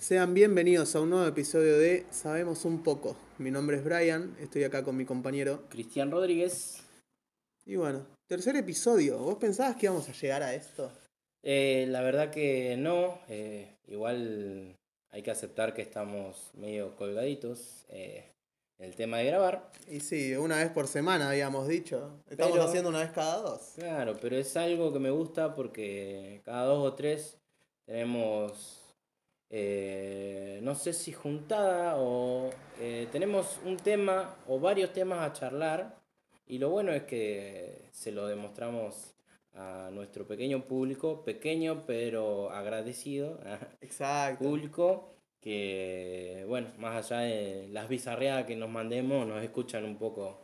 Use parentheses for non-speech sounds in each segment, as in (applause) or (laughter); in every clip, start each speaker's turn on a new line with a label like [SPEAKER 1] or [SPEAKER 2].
[SPEAKER 1] Sean bienvenidos a un nuevo episodio de Sabemos un poco. Mi nombre es Brian, estoy acá con mi compañero.
[SPEAKER 2] Cristian Rodríguez.
[SPEAKER 1] Y bueno, tercer episodio. ¿Vos pensabas que íbamos a llegar a esto?
[SPEAKER 2] Eh, la verdad que no. eh, igual hay que aceptar que estamos medio colgaditos eh, en el tema de grabar.
[SPEAKER 1] Y sí, una vez por semana habíamos dicho. Estamos
[SPEAKER 2] Pero-
[SPEAKER 1] haciendo una vez cada dos.
[SPEAKER 2] Claro, pero es algo que me gusta porque cada dos o tres tenemos, eh, no sé si juntada o eh, tenemos un tema o varios temas a charlar y lo bueno es que se lo demostramos a nuestro pequeño público, pequeño pero agradecido (laughs)
[SPEAKER 1] Exacto.
[SPEAKER 2] público, que bueno, más allá de las bizarreadas que nos mandemos, nos escuchan un poco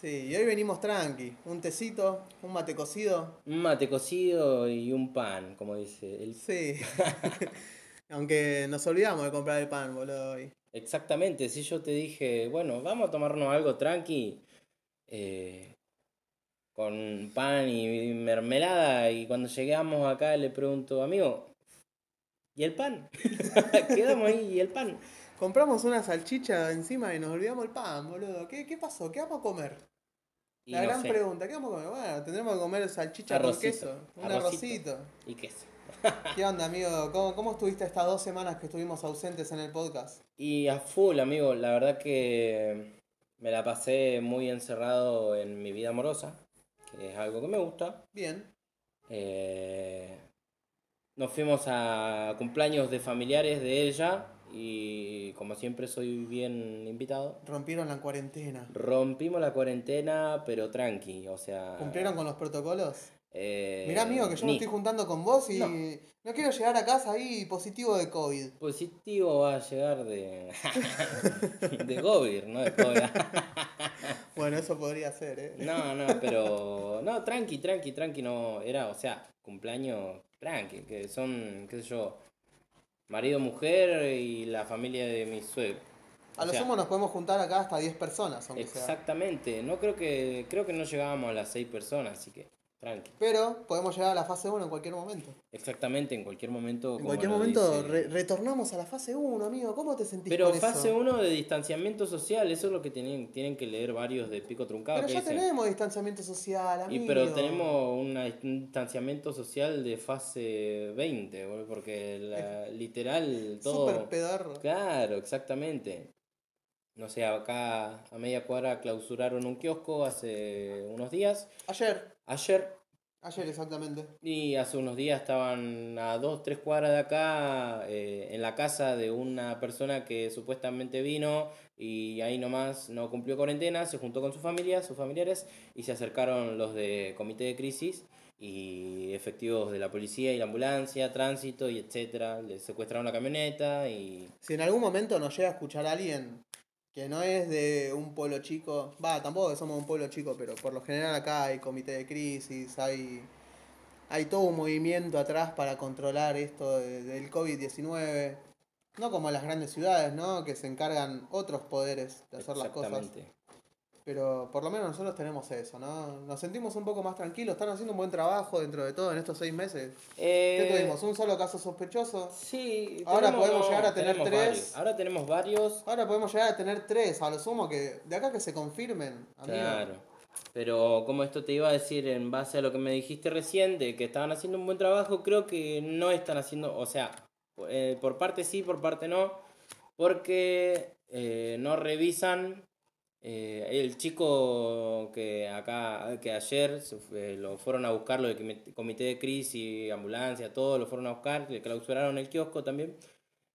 [SPEAKER 1] Sí, y hoy venimos tranqui. Un tecito, un mate cocido.
[SPEAKER 2] Un mate cocido y un pan, como dice el...
[SPEAKER 1] Sí. Aunque nos olvidamos de comprar el pan, boludo. hoy.
[SPEAKER 2] Exactamente, si yo te dije, bueno, vamos a tomarnos algo tranqui, eh, con pan y mermelada, y cuando llegamos acá le pregunto, amigo, ¿y el pan? (laughs) Quedamos ahí, ¿y el pan?
[SPEAKER 1] Compramos una salchicha encima y nos olvidamos el pan, boludo. ¿Qué, qué pasó? ¿Qué vamos a comer?
[SPEAKER 2] Y
[SPEAKER 1] La
[SPEAKER 2] no
[SPEAKER 1] gran
[SPEAKER 2] sé,
[SPEAKER 1] pregunta, ¿qué vamos a comer? Bueno, tendremos que comer salchicha
[SPEAKER 2] Arrocito.
[SPEAKER 1] con queso, un
[SPEAKER 2] Arrocito.
[SPEAKER 1] arrocito.
[SPEAKER 2] ¿Y qué sé?
[SPEAKER 1] ¿Qué onda, amigo? ¿Cómo, ¿Cómo estuviste estas dos semanas que estuvimos ausentes en el podcast?
[SPEAKER 2] Y a full, amigo, la verdad que me la pasé muy encerrado en mi vida amorosa, que es algo que me gusta.
[SPEAKER 1] Bien.
[SPEAKER 2] Eh, nos fuimos a cumpleaños de familiares de ella y como siempre soy bien invitado.
[SPEAKER 1] Rompieron la cuarentena.
[SPEAKER 2] Rompimos la cuarentena, pero tranqui, o sea...
[SPEAKER 1] ¿Cumplieron con los protocolos?
[SPEAKER 2] eh,
[SPEAKER 1] Mirá, amigo, que yo me
[SPEAKER 2] ni
[SPEAKER 1] estoy juntando con vos y
[SPEAKER 2] No.
[SPEAKER 1] no. quiero llegar a casa ahí positivo de COVID.
[SPEAKER 2] Positivo va a llegar de... (laughs) de Gobir,
[SPEAKER 1] (laughs)
[SPEAKER 2] no de Cobra.
[SPEAKER 1] Bueno, eso podría ser, ¿eh?
[SPEAKER 2] No, no, pero... No, tranqui, tranqui, tranqui, no... Era, o sea, cumpleaños tranqui, que son, qué sé yo, marido, mujer y la familia de mi suegro.
[SPEAKER 1] A lo
[SPEAKER 2] O sea,
[SPEAKER 1] sumo nos podemos juntar acá hasta 10 personas, aunque sea.
[SPEAKER 2] Exactamente, no creo que creo que no llegábamos a las seis personas, así que tranqui.
[SPEAKER 1] Pero podemos llegar a la fase 1 en cualquier momento.
[SPEAKER 2] Exactamente, en cualquier momento.
[SPEAKER 1] En
[SPEAKER 2] como
[SPEAKER 1] cualquier
[SPEAKER 2] nos
[SPEAKER 1] momento
[SPEAKER 2] dice-
[SPEAKER 1] re- retornamos a la fase 1, amigo. ¿Cómo te sentís
[SPEAKER 2] Pero
[SPEAKER 1] con eso?
[SPEAKER 2] fase 1 de distanciamiento social, eso es lo que tienen tienen que leer varios de Pico Truncado
[SPEAKER 1] Pero
[SPEAKER 2] que
[SPEAKER 1] ya
[SPEAKER 2] dicen.
[SPEAKER 1] tenemos distanciamiento social,
[SPEAKER 2] Ah, Y
[SPEAKER 1] amigo.
[SPEAKER 2] pero tenemos una- un distanciamiento social de fase 20, boludo, porque la- literal todo
[SPEAKER 1] Súper pedorro.
[SPEAKER 2] Claro, exactamente. No sé, acá a media cuadra clausuraron un kiosco hace unos días.
[SPEAKER 1] Ayer,
[SPEAKER 2] Ayer
[SPEAKER 1] ayer exactamente.
[SPEAKER 2] Y hace unos días estaban a dos, tres cuadras de acá, eh, en la casa de una persona que supuestamente vino y ahí nomás no cumplió cuarentena, se juntó con su familia, sus familiares, y se acercaron los de comité de crisis y efectivos de la policía y la ambulancia, tránsito y etcétera. Le secuestraron la camioneta y
[SPEAKER 1] Si en algún momento nos llega a escuchar alguien que no es de un pueblo chico, va, tampoco que somos un pueblo chico, pero por lo general acá hay comité de crisis, hay, hay todo un movimiento atrás para controlar esto de- del COVID-19. No como las grandes ciudades, ¿no? Que se encargan otros poderes de hacer las cosas.
[SPEAKER 2] exactamente.
[SPEAKER 1] Pero por lo menos nosotros tenemos eso, ¿no? Nos sentimos un poco más tranquilos, están haciendo un buen trabajo dentro de todo en estos seis meses. ¿Qué
[SPEAKER 2] Eh,
[SPEAKER 1] tuvimos? ¿Un solo caso sospechoso?
[SPEAKER 2] Sí,
[SPEAKER 1] Ahora
[SPEAKER 2] tenemos-
[SPEAKER 1] podemos llegar a tener
[SPEAKER 2] tenemos
[SPEAKER 1] tres.
[SPEAKER 2] varios. Ahora tenemos varios.
[SPEAKER 1] Ahora podemos llegar a tener tres, a lo sumo que de acá que se confirmen, amigo.
[SPEAKER 2] Claro. Pero como esto te iba a decir en base a lo que me dijiste recién, de que estaban haciendo un buen trabajo, creo que no están haciendo, o sea, eh, por parte sí, por parte no, porque eh, no revisan. eh, el chico que acá, que ayer se fue- lo fueron a buscar, lo del comi- comité de crisis, ambulancia, todo, lo fueron a buscar, le clausuraron el kiosco también.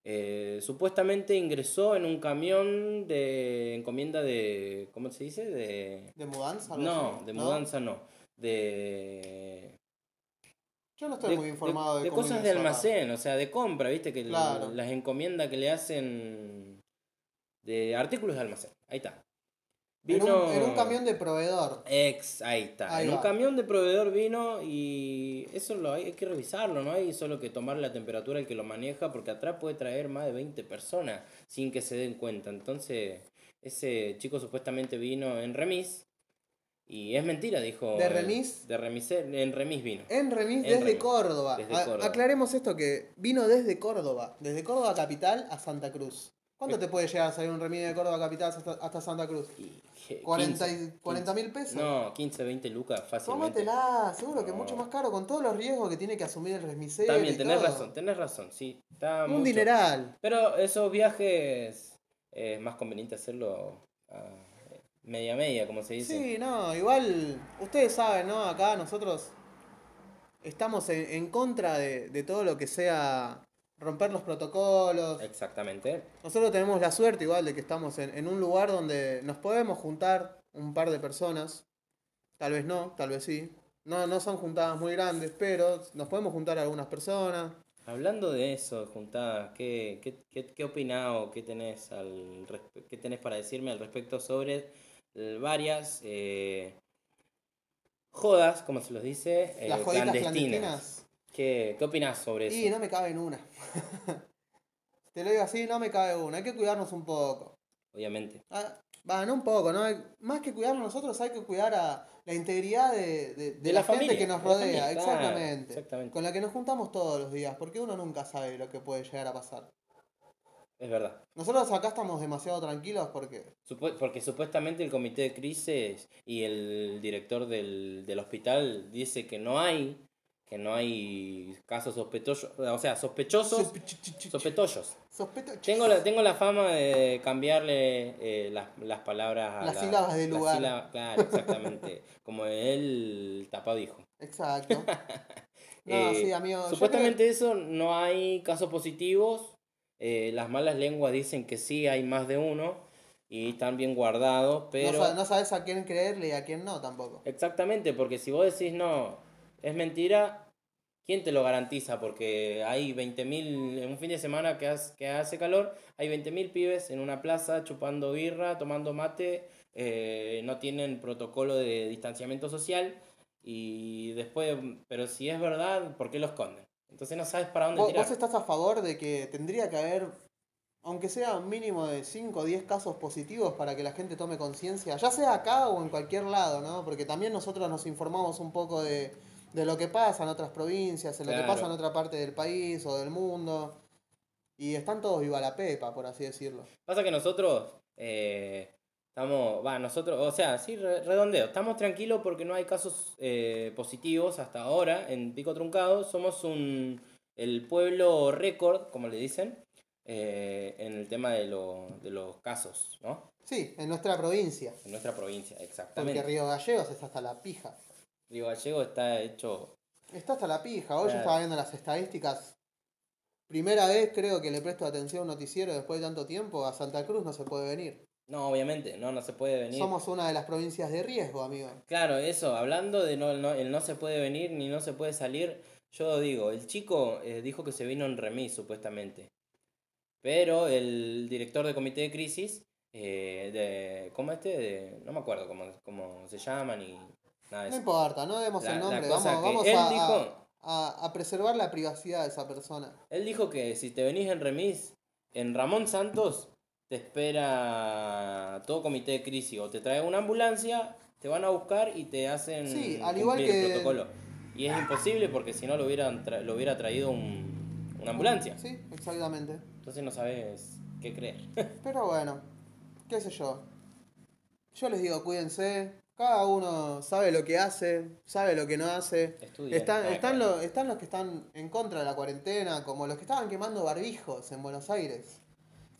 [SPEAKER 2] Eh, supuestamente ingresó en un camión de encomienda de. ¿Cómo se dice? De.
[SPEAKER 1] ¿De mudanza? algo
[SPEAKER 2] No,
[SPEAKER 1] así?
[SPEAKER 2] de mudanza no. De.
[SPEAKER 1] Yo no estoy
[SPEAKER 2] de-
[SPEAKER 1] muy informado de,
[SPEAKER 2] de
[SPEAKER 1] cómo
[SPEAKER 2] cosas de
[SPEAKER 1] ingresó acá.
[SPEAKER 2] almacén, o sea, de compra, viste, que l-
[SPEAKER 1] Claro.
[SPEAKER 2] las encomiendas que le hacen. De artículos de almacén. Ahí está.
[SPEAKER 1] En un-
[SPEAKER 2] Vino.
[SPEAKER 1] En, un, camión de proveedor.
[SPEAKER 2] Ex, ahí está.
[SPEAKER 1] Ahí
[SPEAKER 2] en un
[SPEAKER 1] va.
[SPEAKER 2] camión de proveedor vino y eso lo hay, hay que revisarlo, no hay solo que tomar la temperatura el que lo maneja porque atrás puede traer más de 20 personas sin que se den cuenta. Entonces, ese chico supuestamente vino en remis Y es mentira, dijo.
[SPEAKER 1] ¿De
[SPEAKER 2] el-
[SPEAKER 1] remis? Eh,
[SPEAKER 2] de remisel- en remis vino.
[SPEAKER 1] En remis
[SPEAKER 2] En
[SPEAKER 1] desde
[SPEAKER 2] remis,
[SPEAKER 1] Córdoba.
[SPEAKER 2] desde
[SPEAKER 1] A-
[SPEAKER 2] Córdoba.
[SPEAKER 1] Aclaremos esto que vino desde Córdoba, desde Córdoba capital a Santa Cruz.
[SPEAKER 2] Eh.
[SPEAKER 1] ¿Cuánto te puede llegar a salir un remis de Córdoba capital hasta, hasta Santa Cruz?
[SPEAKER 2] Y, je-
[SPEAKER 1] 40 y-
[SPEAKER 2] 15,
[SPEAKER 1] 40 mil pesos.
[SPEAKER 2] No, 15, 20 lucas fácilmente.
[SPEAKER 1] Tómatela, seguro que es
[SPEAKER 2] No.
[SPEAKER 1] mucho más caro con todos los riesgos que tiene que asumir el remisero.
[SPEAKER 2] También
[SPEAKER 1] y
[SPEAKER 2] tenés
[SPEAKER 1] todo.
[SPEAKER 2] razón, tenés razón, sí. Está
[SPEAKER 1] Un
[SPEAKER 2] mucho.
[SPEAKER 1] dineral.
[SPEAKER 2] Pero esos viajes eh, es más conveniente hacerlo a media media, como se dice.
[SPEAKER 1] Sí, no, igual ustedes saben, ¿no? Acá nosotros estamos en, en contra de, de todo lo que sea romper los protocolos.
[SPEAKER 2] Exactamente.
[SPEAKER 1] Nosotros tenemos la suerte igual de que estamos en, en un lugar donde nos podemos juntar un par de personas. Tal vez no, tal vez sí. No, no son juntadas muy grandes, pero nos podemos juntar algunas personas.
[SPEAKER 2] Hablando de eso, de juntadas, ¿qué, qué, qué, qué opinás o qué tenés, al, respe- qué tenés para decirme al respecto sobre eh, varias eh, jodas, como se los dice, eh,
[SPEAKER 1] Las joditas clandestinas.
[SPEAKER 2] ¿Qué, ¿Qué opinás sobre eso?
[SPEAKER 1] Y no me cabe en una. (laughs) Te lo digo así, no me cabe una. Hay que cuidarnos un poco.
[SPEAKER 2] Obviamente.
[SPEAKER 1] Ah, Va, no un poco, ¿no? Hay- Más que cuidarnos nosotros, hay que cuidar a la integridad de, de- de
[SPEAKER 2] De
[SPEAKER 1] la,
[SPEAKER 2] la
[SPEAKER 1] gente
[SPEAKER 2] familia,
[SPEAKER 1] que nos
[SPEAKER 2] de la
[SPEAKER 1] rodea.
[SPEAKER 2] familia, claro,
[SPEAKER 1] exactamente.
[SPEAKER 2] exactamente.
[SPEAKER 1] Con la que nos juntamos todos los días, porque uno nunca sabe lo que puede llegar a pasar.
[SPEAKER 2] Es verdad.
[SPEAKER 1] Nosotros acá estamos demasiado tranquilos porque
[SPEAKER 2] Supu- porque supuestamente el comité de crisis y el director del, del hospital dice que no hay, que no hay casos sospechosos, o sea, sospechosos, sospechosos.
[SPEAKER 1] sospecho.
[SPEAKER 2] Tengo la, tengo la fama de cambiarle eh, las, las palabras a
[SPEAKER 1] Las sílabas del lugar.
[SPEAKER 2] sílaba- claro, exactamente. (laughs) como el tapado dijo. (laughs)
[SPEAKER 1] Exacto. No,
[SPEAKER 2] Eh,
[SPEAKER 1] sí, amigo. yo
[SPEAKER 2] Supuestamente eso, no hay casos positivos. eh, las malas lenguas dicen que sí, hay más de uno. Y están bien guardados,
[SPEAKER 1] creo que
[SPEAKER 2] pero...
[SPEAKER 1] no, sa- no sabes a quién creerle y a quién no tampoco.
[SPEAKER 2] Exactamente, porque si vos decís no, es mentira, ¿quién te lo garantiza? Porque hay 20.000, en un fin de semana que, has- que hace calor, hay 20.000 pibes en una plaza chupando birra, tomando mate, eh, no tienen protocolo de distanciamiento social y después, pero si es verdad, ¿por qué lo esconden? Entonces no sabes para dónde
[SPEAKER 1] ¿Vos,
[SPEAKER 2] tirar.
[SPEAKER 1] vos estás a favor de que tendría que haber, aunque sea un mínimo de 5 o 10 casos positivos para que la gente tome conciencia, ya sea acá o en cualquier lado, ¿no? Porque también nosotros nos informamos un poco de, de lo que pasa en otras provincias, en lo que
[SPEAKER 2] Claro.
[SPEAKER 1] pasa en otra parte del país o del mundo. Y están todos viva la pepa, por así decirlo.
[SPEAKER 2] Pasa que nosotros eh, estamos, va, nosotros, o sea, sí, re- redondeo, estamos tranquilos porque no hay casos eh, positivos hasta ahora en Pico Truncado. Somos un, el pueblo récord, como le dicen, eh, en el tema de, lo- de los casos, ¿no?
[SPEAKER 1] Sí, en nuestra provincia.
[SPEAKER 2] En nuestra provincia,
[SPEAKER 1] Porque
[SPEAKER 2] exactamente.
[SPEAKER 1] Río Gallegos está hasta la pija.
[SPEAKER 2] Río Gallego está hecho,
[SPEAKER 1] Está hasta la pija. Hoy yo
[SPEAKER 2] Claro.
[SPEAKER 1] estaba viendo las estadísticas. Primera vez creo que le presto atención a un noticiero después de tanto tiempo. A Santa Cruz no se puede venir.
[SPEAKER 2] no, obviamente, no, no se puede venir.
[SPEAKER 1] Somos una de las provincias de riesgo, amigo.
[SPEAKER 2] Claro, eso, hablando de no, no- el no se puede venir ni no se puede salir, yo digo, el chico eh, dijo que se vino en remis, supuestamente. Pero el director del comité de crisis, eh, de, ¿cómo este? De- no me acuerdo cómo, cómo se llama ni nada de
[SPEAKER 1] No
[SPEAKER 2] eso.
[SPEAKER 1] importa, no demos
[SPEAKER 2] La-
[SPEAKER 1] el
[SPEAKER 2] la
[SPEAKER 1] nombre. Vamos,
[SPEAKER 2] cosa que
[SPEAKER 1] vamos
[SPEAKER 2] él
[SPEAKER 1] a,
[SPEAKER 2] dijo-
[SPEAKER 1] a- a- a preservar la privacidad de esa persona.
[SPEAKER 2] Él dijo que si te venís en remis, en Ramón Santos te espera todo comité de crisis o te trae una ambulancia, te van a buscar y te hacen
[SPEAKER 1] Sí, al igual
[SPEAKER 2] cumplir
[SPEAKER 1] que- Ah.
[SPEAKER 2] el protocolo. Y es imposible porque si no lo hubieran tra- lo hubiera traído un- una ambulancia.
[SPEAKER 1] Sí, exactamente.
[SPEAKER 2] Entonces no sabes qué creer.
[SPEAKER 1] Pero bueno, qué sé yo. Yo les digo, cuídense. Cada uno sabe lo que hace, sabe lo que no hace.
[SPEAKER 2] Estudia.
[SPEAKER 1] Están,
[SPEAKER 2] Ah,
[SPEAKER 1] están,
[SPEAKER 2] claro.
[SPEAKER 1] los, están los que están en contra de la cuarentena, como los que estaban quemando barbijos en Buenos Aires.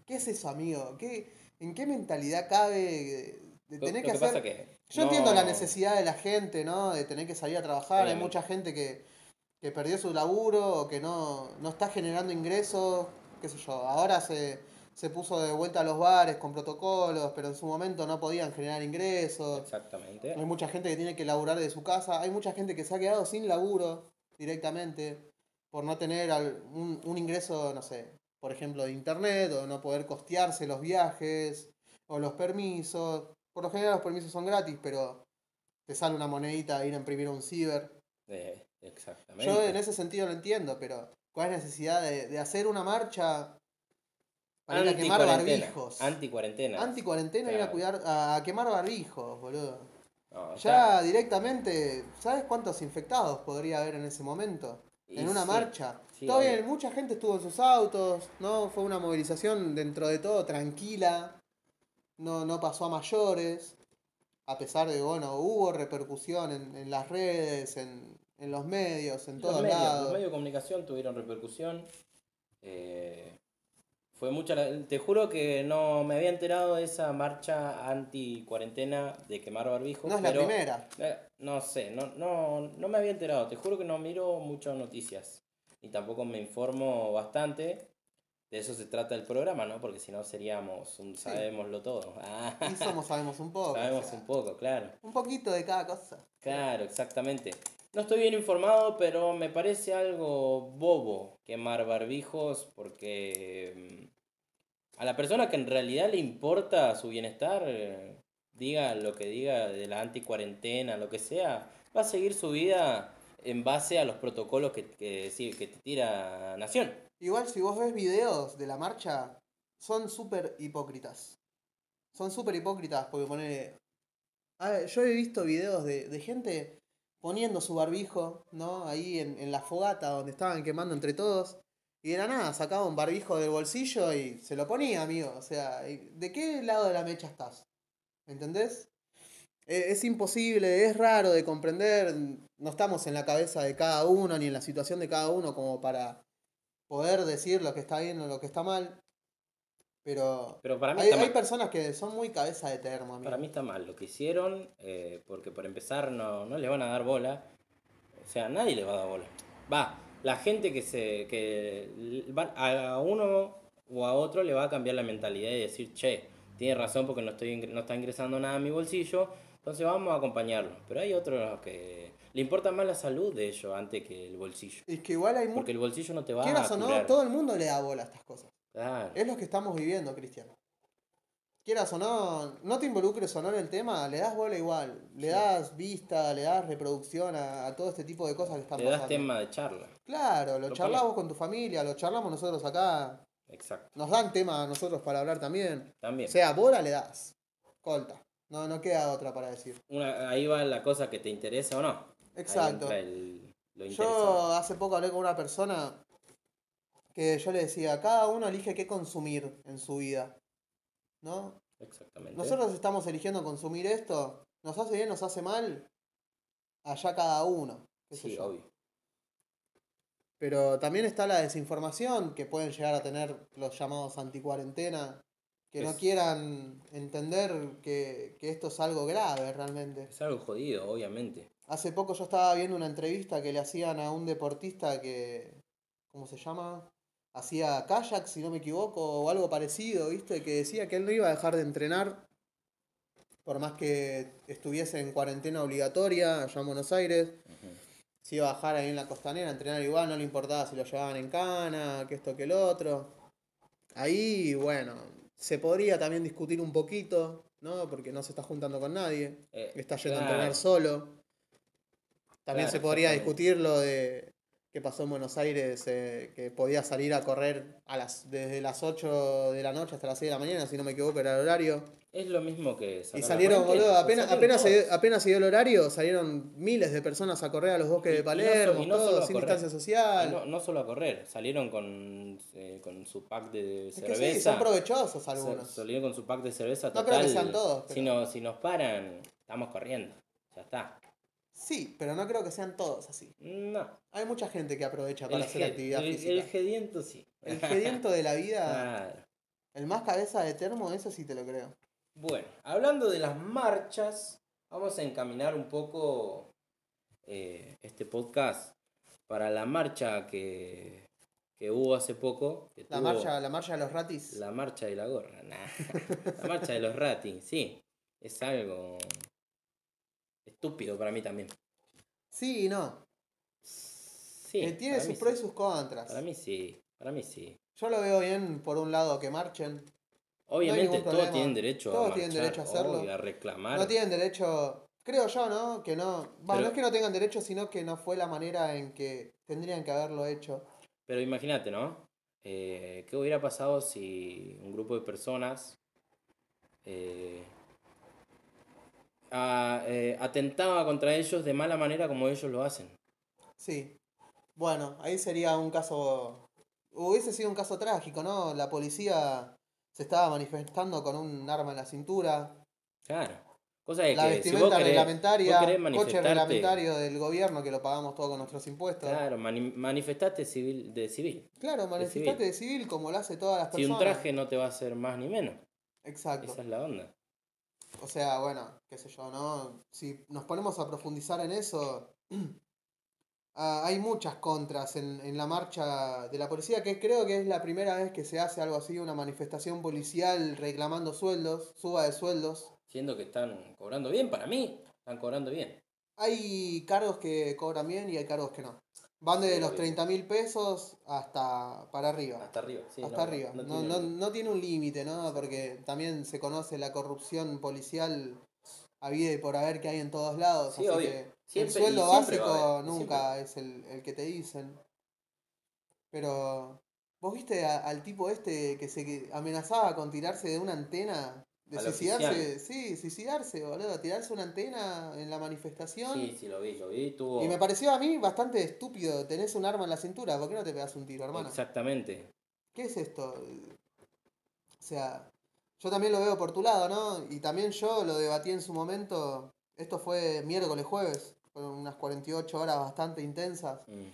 [SPEAKER 1] ¿Qué es eso, amigo? ¿Qué, ¿En qué mentalidad cabe de- de
[SPEAKER 2] Lo-
[SPEAKER 1] tener
[SPEAKER 2] lo
[SPEAKER 1] que, hacer?
[SPEAKER 2] pasa que
[SPEAKER 1] Yo
[SPEAKER 2] no- Eh.
[SPEAKER 1] entiendo la necesidad de la gente, ¿no? De tener que salir a trabajar. Hay
[SPEAKER 2] Obviamente.
[SPEAKER 1] mucha gente que, que perdió su laburo o que no, no está generando ingresos, qué sé yo. Ahora se, se puso de vuelta a los bares con protocolos, pero en su momento no podían generar ingresos.
[SPEAKER 2] Exactamente.
[SPEAKER 1] Hay mucha gente que tiene que laburar de su casa, hay mucha gente que se ha quedado sin laburo directamente por no tener al- un, un ingreso, no sé, por ejemplo, de internet o no poder costearse los viajes o los permisos. Por lo general los permisos son gratis, pero te sale una monedita de ir a imprimir a un ciber.
[SPEAKER 2] Eh, exactamente.
[SPEAKER 1] Yo en ese sentido lo entiendo, pero ¿cuál es la necesidad de, de hacer una marcha para ir a quemar
[SPEAKER 2] Anticuarentena,
[SPEAKER 1] barbijos?
[SPEAKER 2] Anticuarentena.
[SPEAKER 1] Anti cuarentena ir a
[SPEAKER 2] Claro.
[SPEAKER 1] cuidar a, a quemar barbijos, boludo.
[SPEAKER 2] No,
[SPEAKER 1] Ya directamente, ¿sabes cuántos infectados podría haber en ese momento?
[SPEAKER 2] Y
[SPEAKER 1] en una
[SPEAKER 2] sí.
[SPEAKER 1] marcha.
[SPEAKER 2] Sí,
[SPEAKER 1] Todo
[SPEAKER 2] obvio.
[SPEAKER 1] bien, mucha gente estuvo en sus autos, ¿no? Fue una movilización dentro de todo tranquila, no, no pasó a mayores, a pesar de, bueno, hubo repercusión en, en las redes, en, en los medios, en
[SPEAKER 2] los
[SPEAKER 1] todos
[SPEAKER 2] medios,
[SPEAKER 1] lados.
[SPEAKER 2] los medios de comunicación tuvieron repercusión. eh, fue mucha. la- Te juro que no me había enterado de esa marcha anti-cuarentena de quemar barbijos.
[SPEAKER 1] No es la
[SPEAKER 2] pero- (laughs)
[SPEAKER 1] primera.
[SPEAKER 2] eh, No sé, no, no, no me había enterado. Te juro que no miro muchas noticias. Y tampoco me informo bastante. De eso se trata el programa, ¿no? Porque si no seríamos un sabémoslo todo. (laughs) Ah,
[SPEAKER 1] Y somos, sabemos un poco. o
[SPEAKER 2] sabemos
[SPEAKER 1] sea,
[SPEAKER 2] un poco, claro.
[SPEAKER 1] un poquito de cada cosa.
[SPEAKER 2] Claro, exactamente. No estoy bien informado, pero me parece algo bobo quemar barbijos porque mm, a la persona que en realidad le importa su bienestar, eh, diga lo que diga de la anticuarentena, lo que sea, va a seguir su vida en base a los protocolos que, que, sí, que te tira Nación.
[SPEAKER 1] Igual si vos ves videos de la marcha, son súper hipócritas. Son súper hipócritas porque pone... yo he visto videos de, de gente poniendo su barbijo, ¿no? Ahí en, en la fogata donde estaban quemando entre todos. Y de la nada sacaba un barbijo del bolsillo y se lo ponía, amigo. O sea, ¿y ¿de qué lado de la mecha estás? ¿Entendés? Eh, Es imposible, es raro de comprender. No estamos en la cabeza de cada uno ni en la situación de cada uno como para poder decir lo que está bien o lo que está mal. Pero
[SPEAKER 2] Pero para mí
[SPEAKER 1] hay,
[SPEAKER 2] está
[SPEAKER 1] hay
[SPEAKER 2] mal.
[SPEAKER 1] personas que son muy cabeza de termo, amigo.
[SPEAKER 2] Para mí está mal lo que hicieron, eh, porque por empezar no, no les van a dar bola. O sea, nadie les va a dar bola. Va, la gente que se. que l- van- a uno o a otro le va a cambiar la mentalidad y decir, che, tiene razón porque no, estoy, ingre- no está ingresando nada a mi bolsillo, entonces vamos a acompañarlo. Pero hay otros que le importa más la salud de ellos antes que el bolsillo.
[SPEAKER 1] Es que igual hay
[SPEAKER 2] Porque
[SPEAKER 1] muchos...
[SPEAKER 2] el bolsillo no te va a
[SPEAKER 1] Quieras o
[SPEAKER 2] curar.
[SPEAKER 1] no, todo el mundo le da bola a estas cosas.
[SPEAKER 2] Claro.
[SPEAKER 1] Es lo que estamos viviendo, Cristian. Quieras o no, no te involucres o no en el tema, le das bola igual. Le das vista, le das reproducción a, a todo este tipo de cosas que están
[SPEAKER 2] Le das
[SPEAKER 1] pasando.
[SPEAKER 2] tema de charla.
[SPEAKER 1] Claro, lo
[SPEAKER 2] Lo
[SPEAKER 1] charlás vos con tu familia, lo charlamos nosotros acá.
[SPEAKER 2] Exacto.
[SPEAKER 1] Nos dan tema a nosotros para hablar también. O
[SPEAKER 2] También.
[SPEAKER 1] sea, bola le das. Colta. No, no queda otra para decir.
[SPEAKER 2] Una- ahí va la cosa que te interesa o no. Ahí
[SPEAKER 1] Exacto.
[SPEAKER 2] entra el- lo interesante.
[SPEAKER 1] Yo hace poco hablé con una persona que yo le decía, cada uno elige qué consumir en su vida. ¿No?
[SPEAKER 2] Exactamente.
[SPEAKER 1] Nosotros estamos eligiendo consumir esto. ¿Nos hace bien, nos hace mal? Allá cada uno. qué sé
[SPEAKER 2] sí,
[SPEAKER 1] yo.
[SPEAKER 2] obvio.
[SPEAKER 1] Pero también está la desinformación que pueden llegar a tener los llamados anticuarentena, que no
[SPEAKER 2] Es-
[SPEAKER 1] quieran entender que, que esto es algo grave realmente.
[SPEAKER 2] Es algo jodido, obviamente.
[SPEAKER 1] Hace poco yo estaba viendo una entrevista que le hacían a un deportista que, ¿cómo se llama? Hacía kayak, si no me equivoco, o algo parecido, ¿viste? Que decía que él no iba a dejar de entrenar, por más que estuviese en cuarentena obligatoria allá en Buenos Aires. Se iba a bajar ahí en la costanera, a entrenar igual, no le importaba si lo llevaban en cana, que esto, que el otro. Ahí, bueno, se podría también discutir un poquito, ¿no? Porque no se está juntando con nadie
[SPEAKER 2] Eh,
[SPEAKER 1] está yendo a
[SPEAKER 2] claro,
[SPEAKER 1] entrenar solo. También
[SPEAKER 2] Claro,
[SPEAKER 1] se podría
[SPEAKER 2] exactamente.
[SPEAKER 1] discutir lo de que pasó en Buenos Aires, eh, que podía salir a correr a las, desde las 8 de la noche hasta las 6 de la mañana, si no me equivoco, era el horario.
[SPEAKER 2] Es lo mismo que sacar
[SPEAKER 1] y
[SPEAKER 2] la
[SPEAKER 1] salieron,
[SPEAKER 2] cuarentena,
[SPEAKER 1] boludo,
[SPEAKER 2] lo
[SPEAKER 1] apenas,
[SPEAKER 2] sacan
[SPEAKER 1] apenas, se,
[SPEAKER 2] todos.
[SPEAKER 1] apenas se dio el horario, salieron miles de personas a correr a los bosques
[SPEAKER 2] Y-
[SPEAKER 1] de
[SPEAKER 2] y no so-
[SPEAKER 1] Palermo,
[SPEAKER 2] y no solo
[SPEAKER 1] todo,
[SPEAKER 2] a
[SPEAKER 1] sin
[SPEAKER 2] correr.
[SPEAKER 1] distancia social.
[SPEAKER 2] Y No, no solo a correr, salieron con, eh, con su pack de
[SPEAKER 1] es que
[SPEAKER 2] cerveza.
[SPEAKER 1] sí, son provechosos
[SPEAKER 2] Sa-
[SPEAKER 1] algunos.
[SPEAKER 2] Salieron con su pack de cerveza
[SPEAKER 1] No
[SPEAKER 2] total.
[SPEAKER 1] creo que sean todos, pero-
[SPEAKER 2] si, no- si nos paran, estamos corriendo. Ya está.
[SPEAKER 1] Sí, pero no creo que sean todos así.
[SPEAKER 2] No.
[SPEAKER 1] Hay mucha gente que aprovecha para
[SPEAKER 2] el
[SPEAKER 1] hacer
[SPEAKER 2] ge-
[SPEAKER 1] actividad
[SPEAKER 2] el-
[SPEAKER 1] física. Ah.
[SPEAKER 2] El gediento sí.
[SPEAKER 1] el gediento de la
[SPEAKER 2] (laughs)
[SPEAKER 1] vida,
[SPEAKER 2] Claro.
[SPEAKER 1] el más cabeza de termo, eso sí te lo creo.
[SPEAKER 2] Bueno, hablando de las marchas, vamos a encaminar un poco eh, este podcast para la marcha que, que hubo hace poco. que
[SPEAKER 1] La
[SPEAKER 2] tuvo
[SPEAKER 1] marcha, la marcha de los ratis.
[SPEAKER 2] Uh. La marcha de la gorra, nah. (laughs) La marcha de los ratis, sí. Es algo estúpido para mí también.
[SPEAKER 1] Sí y no.
[SPEAKER 2] Sí,
[SPEAKER 1] que Eh, tiene
[SPEAKER 2] para mí
[SPEAKER 1] sus
[SPEAKER 2] sí.
[SPEAKER 1] pros y sus contras.
[SPEAKER 2] Para mí sí, para mí sí.
[SPEAKER 1] Yo lo veo bien, por un lado, que marchen.
[SPEAKER 2] Obviamente
[SPEAKER 1] ningún
[SPEAKER 2] todos
[SPEAKER 1] problema.
[SPEAKER 2] tienen derecho a
[SPEAKER 1] Todos
[SPEAKER 2] marchar,
[SPEAKER 1] tienen derecho a hacerlo.
[SPEAKER 2] obvio, a reclamar.
[SPEAKER 1] No tienen derecho, creo yo, ¿no? Que no. Bueno,
[SPEAKER 2] Pero-
[SPEAKER 1] no es que no tengan derecho, sino que no fue la manera en que tendrían que haberlo hecho.
[SPEAKER 2] Pero imagínate, ¿no? Eh, ¿Qué hubiera pasado si un grupo de personas eh, a- eh, atentaba contra ellos de mala manera como ellos lo hacen.
[SPEAKER 1] Sí. Bueno, ahí sería un caso. Hubiese sido un caso trágico, ¿no? La policía se estaba manifestando con un arma en la cintura.
[SPEAKER 2] Claro. Cosa de
[SPEAKER 1] La
[SPEAKER 2] que si vos
[SPEAKER 1] vestimenta
[SPEAKER 2] querés,
[SPEAKER 1] reglamentaria,
[SPEAKER 2] vos querés
[SPEAKER 1] coche
[SPEAKER 2] manifestarte,
[SPEAKER 1] reglamentario del gobierno que lo pagamos todo con nuestros impuestos.
[SPEAKER 2] Claro, mani- manifestate civil, de civil.
[SPEAKER 1] Claro, manifestate de civil. como lo hace todas las
[SPEAKER 2] Si un
[SPEAKER 1] personas.
[SPEAKER 2] traje no te va a hacer más ni menos.
[SPEAKER 1] Exacto.
[SPEAKER 2] Esa es la onda.
[SPEAKER 1] O sea, bueno, qué sé yo, ¿no? Si nos ponemos a profundizar en eso, (clears throat) ah, hay muchas contras en, en la marcha de la policía, que creo que es la primera vez que se hace algo así, una manifestación policial reclamando sueldos, suba de sueldos.
[SPEAKER 2] Siendo que están cobrando bien, para mí, están cobrando bien.
[SPEAKER 1] Hay cargos que cobran bien y hay cargos que no. Van desde
[SPEAKER 2] Sí,
[SPEAKER 1] los
[SPEAKER 2] obvio.
[SPEAKER 1] 30 mil pesos hasta para arriba.
[SPEAKER 2] Hasta arriba. sí,
[SPEAKER 1] hasta
[SPEAKER 2] no,
[SPEAKER 1] arriba. No,
[SPEAKER 2] no
[SPEAKER 1] no,
[SPEAKER 2] tiene-
[SPEAKER 1] no tiene un límite, ¿no? Porque también se conoce la corrupción policial habida y por haber que hay en todos lados.
[SPEAKER 2] Sí,
[SPEAKER 1] así
[SPEAKER 2] obvio.
[SPEAKER 1] que el
[SPEAKER 2] Siempre- y
[SPEAKER 1] sueldo
[SPEAKER 2] siempre
[SPEAKER 1] básico
[SPEAKER 2] va a haber,
[SPEAKER 1] nunca es el, el que te dicen. Pero, ¿vos viste a- al tipo este que se que- amenazaba con tirarse de una antena? De
[SPEAKER 2] Al
[SPEAKER 1] suicidarse, sí, suicidarse, boludo, tirarse una antena en la manifestación.
[SPEAKER 2] Sí, sí, lo vi, lo vi. Tuvo...
[SPEAKER 1] Y me pareció a mí bastante estúpido. Tenés un arma en la cintura, ¿por qué no te pegas un tiro, hermano?
[SPEAKER 2] Exactamente.
[SPEAKER 1] ¿qué es esto? O sea, yo también lo veo por tu lado, ¿no? Y también yo lo debatí en su momento, esto fue miércoles, jueves, fueron unas 48 horas bastante intensas.
[SPEAKER 2] Mm.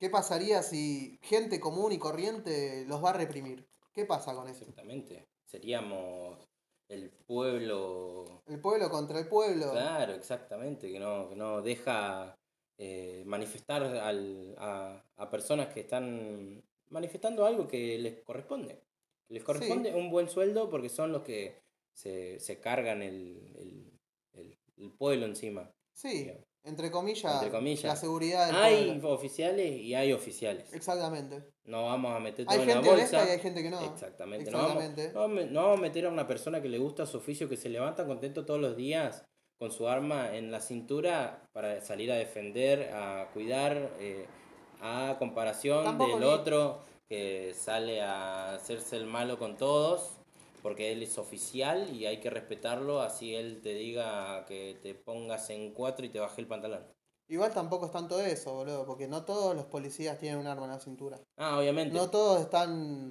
[SPEAKER 1] ¿Qué pasaría si gente común y corriente los va a reprimir? ¿Qué pasa con esto?
[SPEAKER 2] Exactamente. Seríamos el pueblo.
[SPEAKER 1] El pueblo contra el pueblo.
[SPEAKER 2] Claro, exactamente, que no, que no deja eh, manifestar al, a, a personas que están manifestando algo que les corresponde. Les corresponde un buen sueldo porque son los que se, se cargan el, el- el- el pueblo encima.
[SPEAKER 1] Sí, entre comillas,
[SPEAKER 2] Entre comillas.
[SPEAKER 1] la seguridad del
[SPEAKER 2] Hay
[SPEAKER 1] pueblo.
[SPEAKER 2] oficiales y hay oficiales.
[SPEAKER 1] Exactamente.
[SPEAKER 2] No vamos a meter todo
[SPEAKER 1] Hay
[SPEAKER 2] en la
[SPEAKER 1] gente honesta y
[SPEAKER 2] bolsa.
[SPEAKER 1] hay gente que no.
[SPEAKER 2] Exactamente. No vamos,
[SPEAKER 1] Exactamente.
[SPEAKER 2] no vamos- no vamos a meter a una persona que le gusta su oficio, que se levanta contento todos los días con su arma en la cintura para salir a defender, a cuidar, eh, a comparación
[SPEAKER 1] Tampoco
[SPEAKER 2] del
[SPEAKER 1] ni-
[SPEAKER 2] otro que sale a hacerse el malo con todos, porque él es oficial y hay que respetarlo, así él te diga que te pongas en cuatro y te baje el pantalón.
[SPEAKER 1] Igual tampoco es tanto eso, boludo, porque no todos los policías tienen un arma en la cintura.
[SPEAKER 2] Ah, obviamente.
[SPEAKER 1] No todos están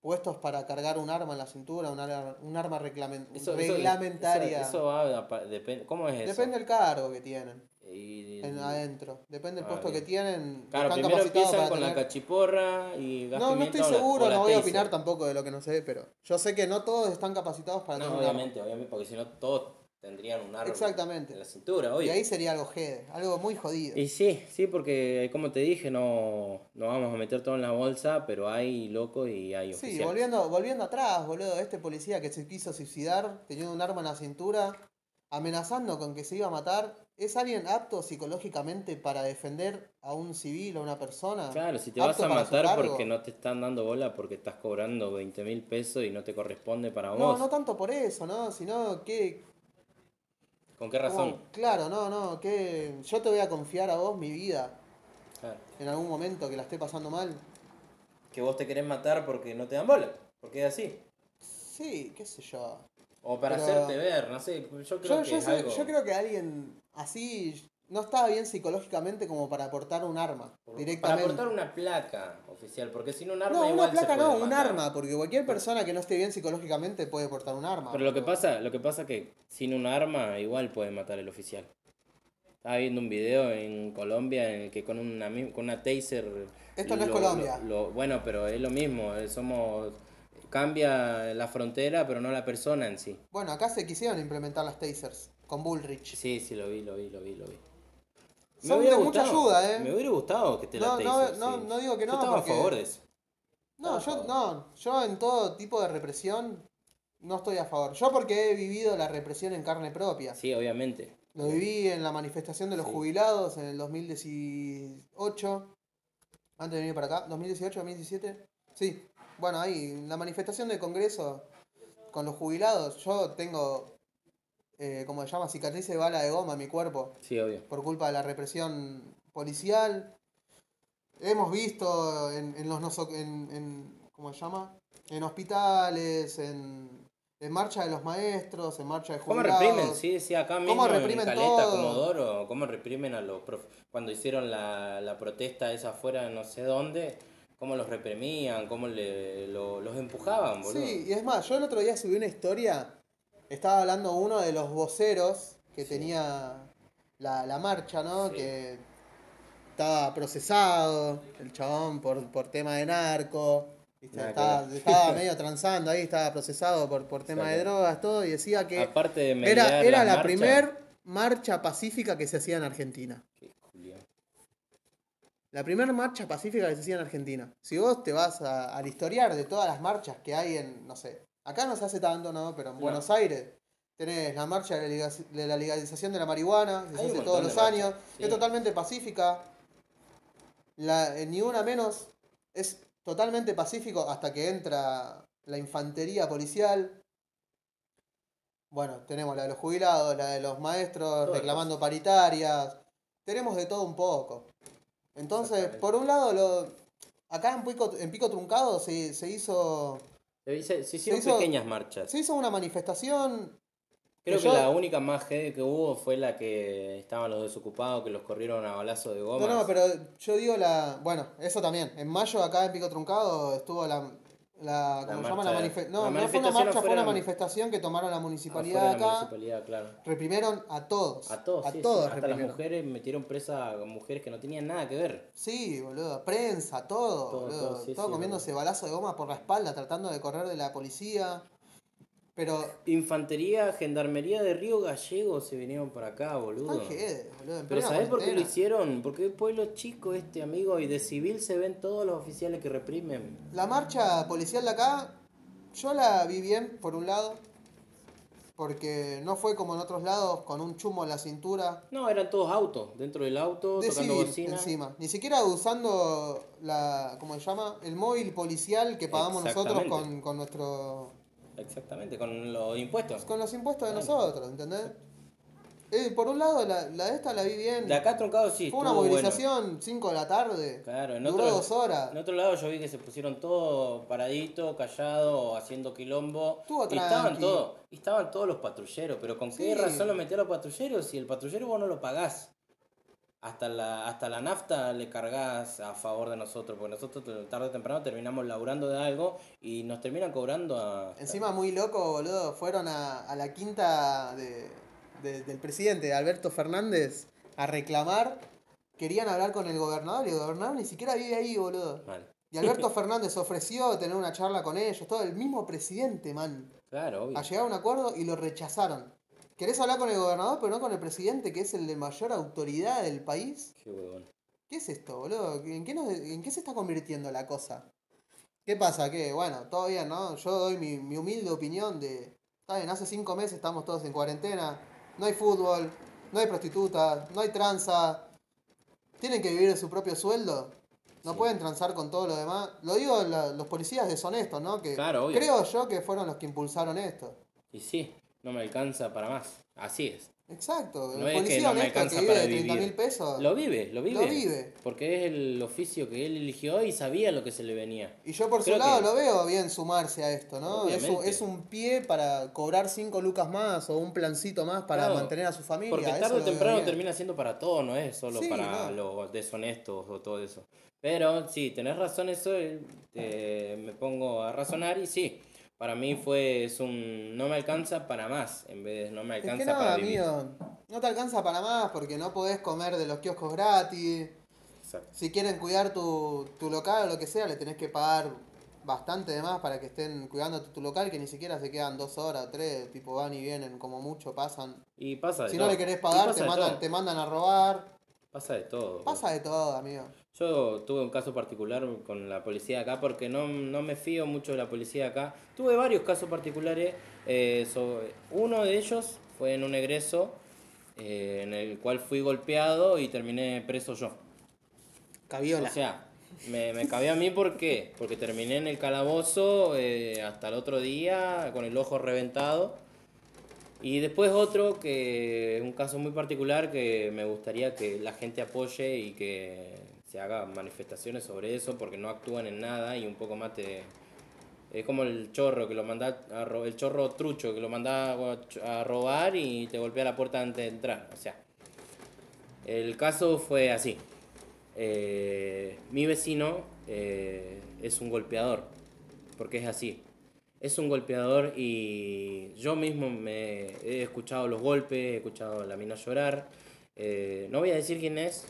[SPEAKER 1] puestos para cargar un arma en la cintura, un, ar- un arma reglamen-
[SPEAKER 2] Eso- eso-
[SPEAKER 1] reglamentaria.
[SPEAKER 2] Eso, eso va, a pa- depen- ¿Cómo es eso?
[SPEAKER 1] Depende del cargo que tienen
[SPEAKER 2] Y-
[SPEAKER 1] en, adentro. Depende del
[SPEAKER 2] Ah,
[SPEAKER 1] puesto
[SPEAKER 2] bien.
[SPEAKER 1] que tienen.
[SPEAKER 2] Claro,
[SPEAKER 1] están
[SPEAKER 2] primero
[SPEAKER 1] capacitados
[SPEAKER 2] empiezan
[SPEAKER 1] para
[SPEAKER 2] con la
[SPEAKER 1] tener-
[SPEAKER 2] cachiporra y gas
[SPEAKER 1] No, no
[SPEAKER 2] pimienta
[SPEAKER 1] estoy
[SPEAKER 2] o la- o
[SPEAKER 1] seguro,
[SPEAKER 2] la
[SPEAKER 1] no voy a
[SPEAKER 2] taser.
[SPEAKER 1] opinar tampoco de lo que no sé, pero yo sé que no todos están capacitados para
[SPEAKER 2] No,
[SPEAKER 1] tener un arma.
[SPEAKER 2] obviamente, obviamente, porque si no todos tendrían un arma en
[SPEAKER 1] Exactamente.
[SPEAKER 2] la cintura,
[SPEAKER 1] Y
[SPEAKER 2] obvio.
[SPEAKER 1] ahí sería algo jede, algo muy jodido.
[SPEAKER 2] Y sí, sí, porque como te dije, no, no vamos a meter todo en la bolsa, pero hay loco y hay
[SPEAKER 1] Sí,
[SPEAKER 2] oficial.
[SPEAKER 1] volviendo, volviendo atrás, boludo, este policía que se quiso suicidar, teniendo un arma en la cintura, amenazando con que se iba a matar, ¿es alguien apto psicológicamente para defender a un civil o a una persona?
[SPEAKER 2] Claro, si te vas
[SPEAKER 1] ¿Apto
[SPEAKER 2] a
[SPEAKER 1] para su
[SPEAKER 2] matar
[SPEAKER 1] cargo?
[SPEAKER 2] porque no te están dando bola, porque estás cobrando 20 mil pesos y no te corresponde para
[SPEAKER 1] No,
[SPEAKER 2] vos,
[SPEAKER 1] no tanto por eso, ¿no? Sino que...
[SPEAKER 2] ¿con qué
[SPEAKER 1] como-
[SPEAKER 2] razón?
[SPEAKER 1] claro, no, no, que yo te voy a confiar a vos mi vida
[SPEAKER 2] Claro.
[SPEAKER 1] en algún momento que la esté pasando mal.
[SPEAKER 2] Que vos te querés matar porque no te dan bola, porque es así.
[SPEAKER 1] Sí, qué sé yo.
[SPEAKER 2] O para
[SPEAKER 1] Pero-
[SPEAKER 2] hacerte ver, no sé, yo creo
[SPEAKER 1] Yo,
[SPEAKER 2] que
[SPEAKER 1] yo
[SPEAKER 2] es
[SPEAKER 1] sé-
[SPEAKER 2] algo...
[SPEAKER 1] yo creo que alguien así no estaba bien psicológicamente como para aportar un arma
[SPEAKER 2] Para
[SPEAKER 1] directamente.
[SPEAKER 2] portar una placa oficial, porque sin un arma
[SPEAKER 1] no,
[SPEAKER 2] igual
[SPEAKER 1] una
[SPEAKER 2] se
[SPEAKER 1] placa
[SPEAKER 2] puede
[SPEAKER 1] no, un
[SPEAKER 2] matar.
[SPEAKER 1] arma, porque cualquier persona que no esté bien psicológicamente puede portar un arma.
[SPEAKER 2] Pero lo que
[SPEAKER 1] boludo.
[SPEAKER 2] pasa, lo que pasa es que sin un arma igual puede matar el oficial. Estaba viendo un video en Colombia en el que con una mi- con una taser
[SPEAKER 1] Esto no es Colombia.
[SPEAKER 2] lo- bueno, pero es lo mismo, eh, somos cambia la frontera, pero no la persona en sí.
[SPEAKER 1] Bueno, acá se quisieron implementar las tasers con Bullrich.
[SPEAKER 2] Sí, sí lo vi, lo vi, lo vi, lo vi. Me
[SPEAKER 1] Son de
[SPEAKER 2] hubiera
[SPEAKER 1] mucha
[SPEAKER 2] gustado,
[SPEAKER 1] ayuda, eh.
[SPEAKER 2] Me hubiera gustado que esté
[SPEAKER 1] No,
[SPEAKER 2] la
[SPEAKER 1] no,
[SPEAKER 2] taser.
[SPEAKER 1] no,
[SPEAKER 2] sí.
[SPEAKER 1] no digo que
[SPEAKER 2] Yo
[SPEAKER 1] no,
[SPEAKER 2] estaba
[SPEAKER 1] porque-
[SPEAKER 2] a favor de eso.
[SPEAKER 1] No,
[SPEAKER 2] Ah,
[SPEAKER 1] yo
[SPEAKER 2] joder.
[SPEAKER 1] no, yo en todo tipo de represión no estoy a favor. Yo porque he vivido la represión en carne propia.
[SPEAKER 2] Sí, obviamente.
[SPEAKER 1] Lo viví en la manifestación de los
[SPEAKER 2] Sí.
[SPEAKER 1] jubilados en el 2018. Antes de venir para acá, 2018, 2017. Sí, bueno, ahí, en la manifestación del Congreso con los jubilados. Yo tengo, eh, como se llama, cicatrices de bala de goma en mi cuerpo
[SPEAKER 2] Sí, obvio.
[SPEAKER 1] por culpa de la represión policial. Hemos visto en, en los noso- en, en- ¿cómo se llama? En hospitales, en, de marcha de los maestros, en marcha de
[SPEAKER 2] ¿Cómo
[SPEAKER 1] jubilados.
[SPEAKER 2] reprimen? Sí, sí, acá mismo
[SPEAKER 1] reprimen
[SPEAKER 2] en Caleta,
[SPEAKER 1] todo?
[SPEAKER 2] Comodoro, ¿cómo reprimen a los prof... Cuando hicieron la, la protesta esa afuera, no sé dónde, ¿cómo los reprimían? ¿Cómo le, lo- los empujaban, boludo?
[SPEAKER 1] Sí, y es más, yo el otro día subí una historia, estaba hablando uno de los voceros que tenía la, la marcha, ¿no?
[SPEAKER 2] Sí.
[SPEAKER 1] Que estaba procesado, el chabón por, por tema de narco, ¿viste?
[SPEAKER 2] Nada que
[SPEAKER 1] estaba,
[SPEAKER 2] ver. (laughs)
[SPEAKER 1] estaba medio transando ahí, estaba procesado por, por tema de
[SPEAKER 2] Exacto.
[SPEAKER 1] drogas, todo, y decía que
[SPEAKER 2] Aparte de mediar
[SPEAKER 1] era, era la
[SPEAKER 2] marcha,
[SPEAKER 1] primer marcha pacífica que se hacía en Argentina.
[SPEAKER 2] qué culiao.
[SPEAKER 1] La primera marcha pacífica que se hacía en Argentina. Si vos te vas a- al historiar de todas las marchas que hay en, no sé, acá no se hace tanto, ¿no? Pero en
[SPEAKER 2] No.
[SPEAKER 1] Buenos Aires tenés la marcha de la, liga- de la legalización de la marihuana, que
[SPEAKER 2] Hay
[SPEAKER 1] se
[SPEAKER 2] un
[SPEAKER 1] hace
[SPEAKER 2] montón
[SPEAKER 1] todos
[SPEAKER 2] de
[SPEAKER 1] los
[SPEAKER 2] marchas,
[SPEAKER 1] años,
[SPEAKER 2] sí.
[SPEAKER 1] es totalmente pacífica. La, eh, ni una menos, es totalmente pacífico hasta que entra la infantería policial. Bueno, tenemos la de los jubilados, la de los maestros
[SPEAKER 2] Todo
[SPEAKER 1] reclamando paritarias. Tenemos de todo un poco. Entonces,
[SPEAKER 2] Exactamente.
[SPEAKER 1] por un lado, lo, acá en Pico, en Pico Truncado se, se hizo
[SPEAKER 2] Se, hice- se hicieron
[SPEAKER 1] hizo-
[SPEAKER 2] pequeñas marchas.
[SPEAKER 1] se hizo una manifestación.
[SPEAKER 2] Creo
[SPEAKER 1] que
[SPEAKER 2] que
[SPEAKER 1] yo-
[SPEAKER 2] la única más heavy que hubo fue la que estaban los desocupados, que los corrieron a balazo de goma.
[SPEAKER 1] No, no, pero yo digo la. Bueno, eso también. En mayo acá en Pico Truncado estuvo la. la ¿Cómo se
[SPEAKER 2] marcha
[SPEAKER 1] llama? La
[SPEAKER 2] de-
[SPEAKER 1] manife- No, no fue
[SPEAKER 2] la
[SPEAKER 1] una
[SPEAKER 2] manifestación
[SPEAKER 1] marcha, fue
[SPEAKER 2] afuera
[SPEAKER 1] una
[SPEAKER 2] de la-
[SPEAKER 1] manifestación que tomaron la municipalidad
[SPEAKER 2] Afuera de
[SPEAKER 1] acá.
[SPEAKER 2] la municipalidad, claro.
[SPEAKER 1] Reprimieron a todos.
[SPEAKER 2] A todos,
[SPEAKER 1] A
[SPEAKER 2] sí, sí,
[SPEAKER 1] todos
[SPEAKER 2] hasta las
[SPEAKER 1] reprimieron.
[SPEAKER 2] mujeres metieron presa a mujeres que no tenían nada que ver.
[SPEAKER 1] Sí, boludo. Prensa, todo,
[SPEAKER 2] Todo,
[SPEAKER 1] boludo.
[SPEAKER 2] todo, sí,
[SPEAKER 1] todo
[SPEAKER 2] sí,
[SPEAKER 1] comiéndose balazo de goma por la espalda, tratando de correr de la policía. Pero.
[SPEAKER 2] Infantería, gendarmería de Río Gallego se vinieron para acá, boludo.
[SPEAKER 1] Tan jedes, boludo. en
[SPEAKER 2] Pero
[SPEAKER 1] plena
[SPEAKER 2] ¿sabés por qué lo
[SPEAKER 1] Ah, cuarentena.
[SPEAKER 2] hicieron? Porque es pueblo chico este amigo y de civil se ven todos los oficiales que reprimen.
[SPEAKER 1] La marcha policial de acá, yo la vi bien, por un lado, porque no fue como en otros lados, con un chumo en la cintura.
[SPEAKER 2] No, eran todos autos, dentro del auto,
[SPEAKER 1] De
[SPEAKER 2] tocando
[SPEAKER 1] civil,
[SPEAKER 2] bocina.
[SPEAKER 1] encima. Ni siquiera usando la, ¿cómo se llama? El móvil policial que pagamos nosotros
[SPEAKER 2] Exactamente.
[SPEAKER 1] con, con nuestro
[SPEAKER 2] Exactamente, con los impuestos.
[SPEAKER 1] con los impuestos de
[SPEAKER 2] Claro.
[SPEAKER 1] nosotros, ¿entendés? Eh, por un lado, la, la de esta la vi bien.
[SPEAKER 2] De acá truncado sí.
[SPEAKER 1] Fue una
[SPEAKER 2] estuvo bueno.
[SPEAKER 1] movilización, 5 de la tarde.
[SPEAKER 2] Claro, en
[SPEAKER 1] duró
[SPEAKER 2] otro-
[SPEAKER 1] dos horas.
[SPEAKER 2] En otro lado yo vi que se pusieron todo paradito, callado, haciendo quilombo.
[SPEAKER 1] Estuvo
[SPEAKER 2] y estaban
[SPEAKER 1] tranqui.
[SPEAKER 2] todos, y estaban todos los patrulleros, pero ¿con qué
[SPEAKER 1] Sí.
[SPEAKER 2] razón lo metieron a los patrulleros? Si el patrullero vos no lo pagás. Hasta la, hasta la nafta le cargas a favor de nosotros, porque nosotros t- tarde o temprano terminamos laburando de algo y nos terminan cobrando a.
[SPEAKER 1] Encima muy loco, boludo. Fueron a, a la quinta de- de- del presidente, Alberto Fernández, a reclamar. Querían hablar con el gobernador y el gobernador ni siquiera vive ahí, boludo.
[SPEAKER 2] Mal.
[SPEAKER 1] Y Alberto Fernández ofreció tener una charla con ellos, todo el mismo presidente, man.
[SPEAKER 2] Claro, obvio.
[SPEAKER 1] A llegar a un acuerdo y lo rechazaron. ¿Querés hablar con el gobernador, pero no con el presidente, que es el de mayor autoridad del país?
[SPEAKER 2] Qué huevón.
[SPEAKER 1] ¿Qué es esto, boludo? ¿En qué, nos- en qué se está convirtiendo la cosa? ¿Qué pasa? Que, bueno, todo bien, ¿no? Yo doy mi, mi humilde opinión de. Está bien, hace cinco meses estamos todos en cuarentena. No hay fútbol, no hay prostitutas, no hay tranza. Tienen que vivir de su propio sueldo. No
[SPEAKER 2] Sí.
[SPEAKER 1] pueden transar con todo lo demás. Lo digo la- los policías deshonestos, ¿no? Que
[SPEAKER 2] Claro, obvio.
[SPEAKER 1] creo yo que fueron los que impulsaron esto.
[SPEAKER 2] Y sí, no me alcanza para más. Así es.
[SPEAKER 1] Exacto.
[SPEAKER 2] No
[SPEAKER 1] el
[SPEAKER 2] es que
[SPEAKER 1] policía
[SPEAKER 2] no me
[SPEAKER 1] honesto que
[SPEAKER 2] alcanza
[SPEAKER 1] vive
[SPEAKER 2] para
[SPEAKER 1] de 30 mil
[SPEAKER 2] vivir.
[SPEAKER 1] pesos.
[SPEAKER 2] Lo vive, lo vive.
[SPEAKER 1] Lo vive.
[SPEAKER 2] Porque es el oficio que él eligió y sabía lo que se le venía.
[SPEAKER 1] Y yo por
[SPEAKER 2] Creo
[SPEAKER 1] su lado
[SPEAKER 2] que-
[SPEAKER 1] lo veo bien sumarse a esto, ¿no? Es un,
[SPEAKER 2] Obviamente.
[SPEAKER 1] es un pie para cobrar cinco lucas más o un plancito más para
[SPEAKER 2] Claro,
[SPEAKER 1] mantener a su familia.
[SPEAKER 2] Porque
[SPEAKER 1] eso
[SPEAKER 2] tarde o
[SPEAKER 1] lo veo
[SPEAKER 2] temprano
[SPEAKER 1] bien.
[SPEAKER 2] termina siendo para todo, no es solo
[SPEAKER 1] Sí, no.
[SPEAKER 2] para los deshonestos o todo eso. Pero sí, tenés razón, eso eh, eh, me pongo a razonar y sí, para mí fue es un no me alcanza para más en vez de no me
[SPEAKER 1] Es que
[SPEAKER 2] alcanza
[SPEAKER 1] no,
[SPEAKER 2] para vivir.
[SPEAKER 1] amigo, no te alcanza para más porque no podés comer de los kioscos gratis.
[SPEAKER 2] Exacto.
[SPEAKER 1] Si quieren cuidar tu, tu local o lo que sea, le tenés que pagar bastante de más para que estén cuidando tu, tu local, que ni siquiera se quedan dos horas, tres, tipo van y vienen, como mucho pasan.
[SPEAKER 2] Y pasa de
[SPEAKER 1] Si
[SPEAKER 2] todo.
[SPEAKER 1] no le querés
[SPEAKER 2] Y
[SPEAKER 1] pagar,
[SPEAKER 2] pasa
[SPEAKER 1] te
[SPEAKER 2] de
[SPEAKER 1] mandan,
[SPEAKER 2] todo.
[SPEAKER 1] te mandan a robar.
[SPEAKER 2] Pasa de todo.
[SPEAKER 1] Pasa de todo, amigo.
[SPEAKER 2] Yo tuve un caso particular con la policía de acá porque no, no me fío mucho de la policía de acá. Tuve varios casos particulares. eh, sobre- uno de ellos fue en un egreso eh, en el cual fui golpeado y terminé preso yo.
[SPEAKER 1] Caviola.
[SPEAKER 2] O sea, me, me cabía a mí ¿por qué? Porque terminé en el calabozo eh, hasta el otro día con el ojo reventado. Y después otro que es un caso muy particular que me gustaría que la gente apoye y que se haga manifestaciones sobre eso porque no actúan en nada y un poco más te, Es como el chorro que lo manda a ro- el chorro trucho que lo manda a ch- a robar y te golpea la puerta antes de entrar. O sea, el caso fue así. Eh, mi vecino eh, es un golpeador, porque es así. Es un golpeador y yo mismo me he escuchado los golpes, he escuchado a la mina llorar. Eh, no voy a decir quién es.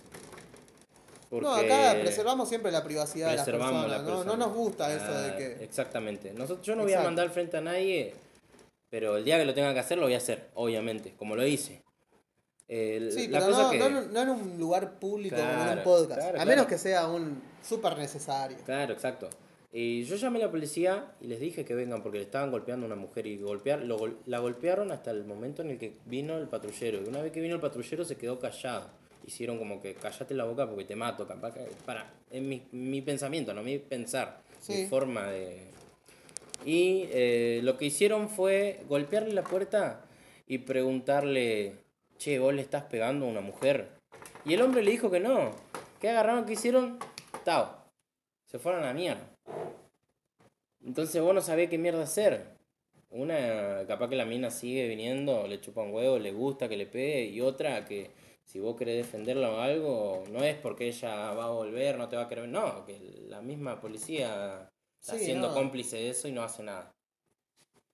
[SPEAKER 1] No, acá preservamos siempre la privacidad de las
[SPEAKER 2] preservamos
[SPEAKER 1] personas.
[SPEAKER 2] la
[SPEAKER 1] ¿no?
[SPEAKER 2] persona.
[SPEAKER 1] No nos gusta eso
[SPEAKER 2] Ah,
[SPEAKER 1] de que.
[SPEAKER 2] Exactamente. Nosotros, yo no voy a
[SPEAKER 1] Exacto.
[SPEAKER 2] mandar frente a nadie, pero el día que lo tenga que hacer lo voy a hacer, obviamente, como lo hice. El-
[SPEAKER 1] Sí,
[SPEAKER 2] la
[SPEAKER 1] pero
[SPEAKER 2] cosa
[SPEAKER 1] no,
[SPEAKER 2] que...
[SPEAKER 1] no en un- no en un lugar público como en
[SPEAKER 2] Claro,
[SPEAKER 1] un podcast.
[SPEAKER 2] claro,
[SPEAKER 1] a
[SPEAKER 2] claro.
[SPEAKER 1] menos que sea un súper necesario.
[SPEAKER 2] Claro, exacto. Y yo llamé a la policía y les dije que vengan porque le estaban golpeando a una mujer y golpear, lo gol- la golpearon hasta el momento en el que vino el patrullero. Y una vez que vino el patrullero se quedó callado. Hicieron como que callate la boca porque te mato, capaz que... Para, es mi, mi pensamiento, no mi pensar, mi
[SPEAKER 1] Sí.
[SPEAKER 2] forma de... Y eh, lo que hicieron fue golpearle la puerta y preguntarle, che, vos le estás pegando a una mujer. Y el hombre le dijo que no. ¿Qué agarraron? ¿Qué hicieron? Tao. Se fueron a la mierda. Entonces vos no sabés qué mierda hacer. Una, capaz que la mina sigue viniendo, le chupa un huevo, le gusta que le pegue. Y otra, que si vos querés defenderla o algo, no es porque ella va a volver, no te va a querer. No, que la misma policía está
[SPEAKER 1] Sí,
[SPEAKER 2] siendo
[SPEAKER 1] no.
[SPEAKER 2] cómplice de eso y no hace nada.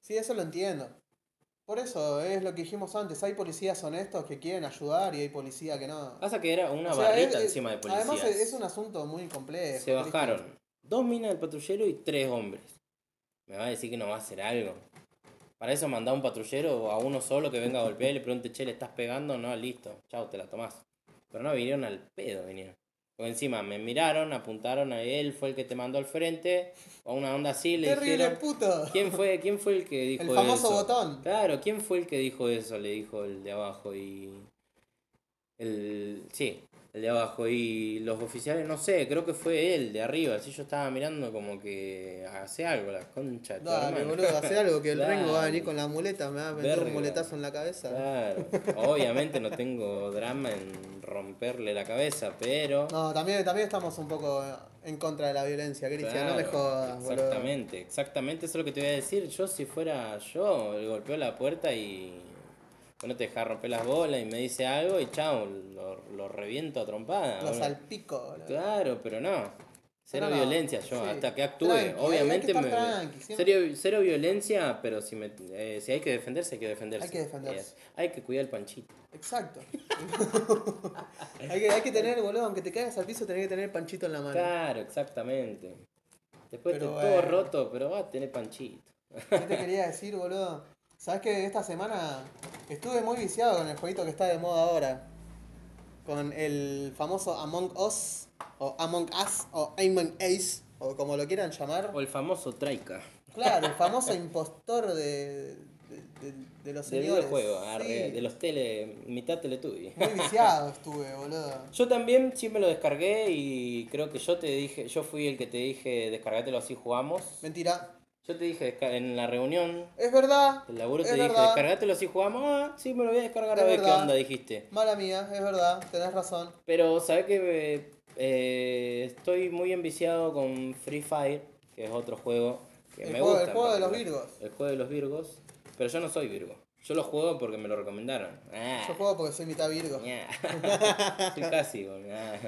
[SPEAKER 1] Sí, eso lo entiendo. Por eso es lo que dijimos antes. Hay policías honestos que quieren ayudar y hay policías que no.
[SPEAKER 2] Pasa que era una
[SPEAKER 1] O sea,
[SPEAKER 2] barrita
[SPEAKER 1] es- es-
[SPEAKER 2] encima de policías.
[SPEAKER 1] Además, es es un asunto muy complejo.
[SPEAKER 2] Se bajaron dos minas del patrullero y tres hombres. Me va a decir que no va a hacer algo. Para eso mandar un patrullero a uno solo que venga a golpear y le pregunte, che, ¿le estás pegando? No, listo. Chao, te la tomás. Pero no, vinieron al pedo, vinieron. Porque encima me miraron, apuntaron a él, fue el que te mandó al frente, o una onda así, le
[SPEAKER 1] Terrible
[SPEAKER 2] dijeron...
[SPEAKER 1] puto.
[SPEAKER 2] ¿Quién fue, ¿Quién fue el que dijo
[SPEAKER 1] El famoso
[SPEAKER 2] eso?
[SPEAKER 1] botón.
[SPEAKER 2] Claro, ¿quién fue el que dijo eso? Le dijo el de abajo y. El. Sí, el de abajo. Y los oficiales, no sé, creo que fue él de arriba. Así yo estaba mirando como que. Hace algo, la concha. de tu
[SPEAKER 1] Dale,
[SPEAKER 2] hermana.
[SPEAKER 1] boludo, hace algo que el
[SPEAKER 2] Claro.
[SPEAKER 1] Rengo va a venir con la muleta, me va a meter
[SPEAKER 2] Verga.
[SPEAKER 1] un muletazo en la cabeza.
[SPEAKER 2] (laughs) Claro, obviamente no tengo drama en romperle la cabeza, pero.
[SPEAKER 1] No, también, también estamos un poco en contra de la violencia, Cristian, no me
[SPEAKER 2] Claro,
[SPEAKER 1] jodas, boludo.
[SPEAKER 2] Exactamente, exactamente eso es lo que te voy a decir. Yo si fuera yo, le golpeo la puerta y bueno, te deja romper las bolas y me dice algo y chao, lo, lo reviento a trompada.
[SPEAKER 1] Los
[SPEAKER 2] Bueno,
[SPEAKER 1] salpico, boludo.
[SPEAKER 2] claro, pero no. Cero
[SPEAKER 1] No, no,
[SPEAKER 2] violencia yo,
[SPEAKER 1] sí.
[SPEAKER 2] hasta que actúe.
[SPEAKER 1] Tranqui, hay- hay que
[SPEAKER 2] Obviamente
[SPEAKER 1] estar
[SPEAKER 2] me...
[SPEAKER 1] tranqui, siempre.
[SPEAKER 2] cero, cero violencia, pero si, me, eh, si hay que defenderse, hay que defenderse.
[SPEAKER 1] Hay que defenderse.
[SPEAKER 2] Eh, hay que cuidar el panchito.
[SPEAKER 1] Exacto. (laughs) hay, que, hay que tener, boludo, aunque te caigas al piso, tenés que tener panchito en la mano.
[SPEAKER 2] Claro, exactamente. Después
[SPEAKER 1] Pero
[SPEAKER 2] te todo
[SPEAKER 1] bueno.
[SPEAKER 2] roto, pero va a tener panchito.
[SPEAKER 1] ¿Qué te quería decir, boludo? ¿Sabes que esta semana estuve muy viciado con el jueguito que está de moda ahora? Con el famoso Among Us, o Among Us, o Among Ace, o como lo quieran llamar.
[SPEAKER 2] O el famoso Traika.
[SPEAKER 1] Claro, el famoso impostor de, de, de- de los
[SPEAKER 2] Del
[SPEAKER 1] señores.
[SPEAKER 2] videojuego, arre,
[SPEAKER 1] Sí,
[SPEAKER 2] de los tele, mitad teletubi.
[SPEAKER 1] Muy viciado estuve, boludo.
[SPEAKER 2] Yo también sí me lo descargué y creo que yo te dije, yo fui el que te dije, descargátelo así jugamos.
[SPEAKER 1] Mentira.
[SPEAKER 2] Yo te dije desca- en la reunión
[SPEAKER 1] Es verdad.
[SPEAKER 2] del laburo,
[SPEAKER 1] es
[SPEAKER 2] te dije,
[SPEAKER 1] verdad.
[SPEAKER 2] descargátelo así jugamos. Ah, sí, me lo voy a descargar a
[SPEAKER 1] Es
[SPEAKER 2] ver qué
[SPEAKER 1] verdad.
[SPEAKER 2] onda, dijiste.
[SPEAKER 1] Mala mía, es verdad, tenés razón.
[SPEAKER 2] Pero sabes que estoy muy enviciado con Free Fire, que es otro juego que
[SPEAKER 1] El
[SPEAKER 2] me
[SPEAKER 1] juego-
[SPEAKER 2] gusta.
[SPEAKER 1] el
[SPEAKER 2] en
[SPEAKER 1] juego de los
[SPEAKER 2] particular.
[SPEAKER 1] virgos.
[SPEAKER 2] El juego de los Virgos. Pero yo no soy Virgo. Yo lo juego porque me lo recomendaron. Ah.
[SPEAKER 1] Yo juego porque soy mitad Virgo. (laughs)
[SPEAKER 2] Ña. Soy casi, boludo. Ña.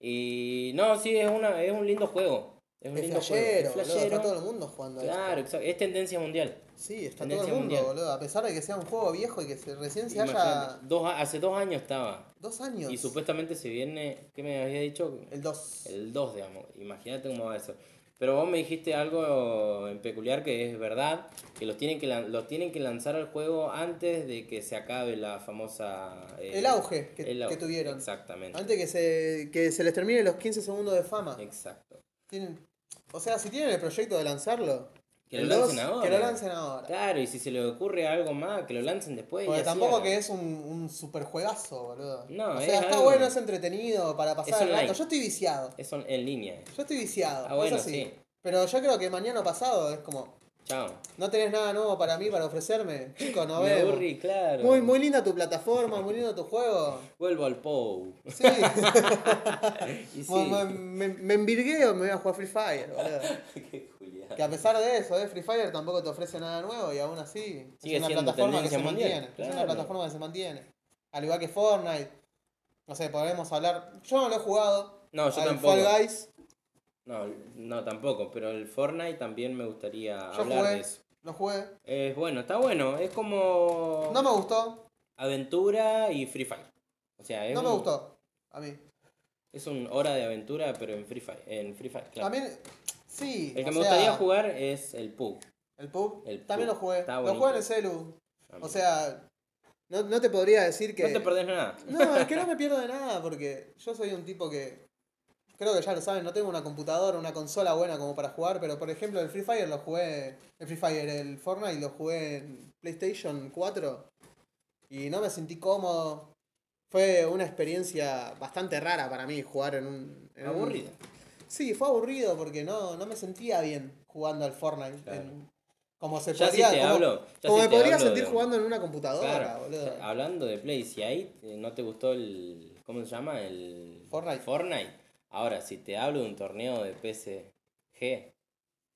[SPEAKER 2] Y no, sí, es, una, es un lindo juego. Es un
[SPEAKER 1] Es
[SPEAKER 2] lindo
[SPEAKER 1] flashero,
[SPEAKER 2] juego. Es
[SPEAKER 1] boludo. Está
[SPEAKER 2] flashero.
[SPEAKER 1] todo el mundo jugando a esto.
[SPEAKER 2] Claro, exacto. Es tendencia mundial.
[SPEAKER 1] Sí, está todo
[SPEAKER 2] Tendencia
[SPEAKER 1] el mundo,
[SPEAKER 2] mundial.
[SPEAKER 1] boludo. A pesar de que sea un juego viejo y que se- recién se haya
[SPEAKER 2] Imagínate, Dos, a- hace dos años estaba.
[SPEAKER 1] dos años.
[SPEAKER 2] Y supuestamente se viene, ¿qué me había dicho?
[SPEAKER 1] El 2.
[SPEAKER 2] El 2, digamos. Imagínate cómo va eso. Pero vos me dijiste algo en peculiar que es verdad, que los tienen que, lan- los tienen que lanzar al juego antes de que se acabe la famosa... eh,
[SPEAKER 1] El auge que- que tuvieron.
[SPEAKER 2] Exactamente.
[SPEAKER 1] Antes que se, que se les termine los 15 segundos de fama.
[SPEAKER 2] Exacto.
[SPEAKER 1] Tienen- o sea, si tienen el proyecto de lanzarlo,
[SPEAKER 2] Que
[SPEAKER 1] el
[SPEAKER 2] lo
[SPEAKER 1] dos,
[SPEAKER 2] lancen ahora.
[SPEAKER 1] que lo lancen ahora.
[SPEAKER 2] Claro, y si se le ocurre algo más, que lo lancen después. y
[SPEAKER 1] Porque
[SPEAKER 2] así
[SPEAKER 1] tampoco
[SPEAKER 2] hagan.
[SPEAKER 1] que es un, un super juegazo, boludo.
[SPEAKER 2] No,
[SPEAKER 1] o
[SPEAKER 2] es
[SPEAKER 1] sea, está
[SPEAKER 2] algo-
[SPEAKER 1] bueno, es entretenido para
[SPEAKER 2] Es
[SPEAKER 1] pasar el rato.
[SPEAKER 2] online.
[SPEAKER 1] Yo estoy viciado.
[SPEAKER 2] Es on- en línea.
[SPEAKER 1] Yo estoy viciado.
[SPEAKER 2] Ah, bueno,
[SPEAKER 1] es así.
[SPEAKER 2] sí.
[SPEAKER 1] Pero yo creo que mañana o pasado es como,
[SPEAKER 2] Chao.
[SPEAKER 1] no tenés nada nuevo para mí, para ofrecerme. Chicos, no
[SPEAKER 2] (laughs) Me
[SPEAKER 1] veo.
[SPEAKER 2] aburrí, claro.
[SPEAKER 1] Muy, muy linda tu plataforma, muy lindo tu juego.
[SPEAKER 2] Vuelvo al POU. (laughs)
[SPEAKER 1] Sí.
[SPEAKER 2] Y sí.
[SPEAKER 1] Bueno, Me, me, me envirgueo, me voy a jugar Free Fire, boludo.
[SPEAKER 2] (laughs) Qué Julián.
[SPEAKER 1] Que a pesar de eso, de Free Fire tampoco te ofrece nada nuevo y aún así
[SPEAKER 2] Sigue
[SPEAKER 1] es una
[SPEAKER 2] siendo
[SPEAKER 1] plataforma que se
[SPEAKER 2] tendencia mundial,
[SPEAKER 1] mantiene. Es una
[SPEAKER 2] claro.
[SPEAKER 1] plataforma que se mantiene. Al igual que Fortnite. No sé, podremos hablar. Yo no lo he jugado.
[SPEAKER 2] No, yo
[SPEAKER 1] al
[SPEAKER 2] tampoco.
[SPEAKER 1] Fall Guys
[SPEAKER 2] No, no, tampoco, pero el Fortnite también me gustaría
[SPEAKER 1] Yo
[SPEAKER 2] hablar
[SPEAKER 1] jugué.
[SPEAKER 2] de eso.
[SPEAKER 1] lo jugué.
[SPEAKER 2] Es bueno, está bueno, es como
[SPEAKER 1] No me gustó.
[SPEAKER 2] aventura y Free Fire. O sea, es
[SPEAKER 1] No me
[SPEAKER 2] un-
[SPEAKER 1] gustó. A mí.
[SPEAKER 2] Es un hora de aventura, pero en Free Fire, en Free Fire, claro.
[SPEAKER 1] También. Sí.
[SPEAKER 2] el que
[SPEAKER 1] o
[SPEAKER 2] me
[SPEAKER 1] sea,
[SPEAKER 2] gustaría jugar es el PUB.
[SPEAKER 1] El pub.
[SPEAKER 2] el
[SPEAKER 1] también
[SPEAKER 2] pub.
[SPEAKER 1] lo jugué.
[SPEAKER 2] Está
[SPEAKER 1] lo jugué en
[SPEAKER 2] bonito.
[SPEAKER 1] el celu. O sea. No, no te podría decir que.
[SPEAKER 2] no te perdés nada.
[SPEAKER 1] No, es que no me pierdo de nada, porque yo soy un tipo que. Creo que ya lo saben, no tengo una computadora, una consola buena como para jugar, pero por ejemplo el Free Fire lo jugué. El Free Fire, el Fortnite lo jugué en PlayStation 4 y no me sentí cómodo. Fue una experiencia bastante rara para mí jugar en un. en un-
[SPEAKER 2] Aburrido.
[SPEAKER 1] Sí, fue aburrido porque no, no me sentía bien jugando al Fortnite.
[SPEAKER 2] Claro.
[SPEAKER 1] en- como se
[SPEAKER 2] Ya si
[SPEAKER 1] podría.
[SPEAKER 2] te
[SPEAKER 1] como
[SPEAKER 2] hablo, ya
[SPEAKER 1] como
[SPEAKER 2] si
[SPEAKER 1] me
[SPEAKER 2] te
[SPEAKER 1] podría
[SPEAKER 2] hablo
[SPEAKER 1] sentir
[SPEAKER 2] de-
[SPEAKER 1] jugando en una computadora,
[SPEAKER 2] Claro.
[SPEAKER 1] boludo.
[SPEAKER 2] Hablando de Play, si ahí eh, no te gustó el ¿cómo se llama? El
[SPEAKER 1] Fortnite.
[SPEAKER 2] Fortnite. Ahora si te hablo de un torneo de PSG,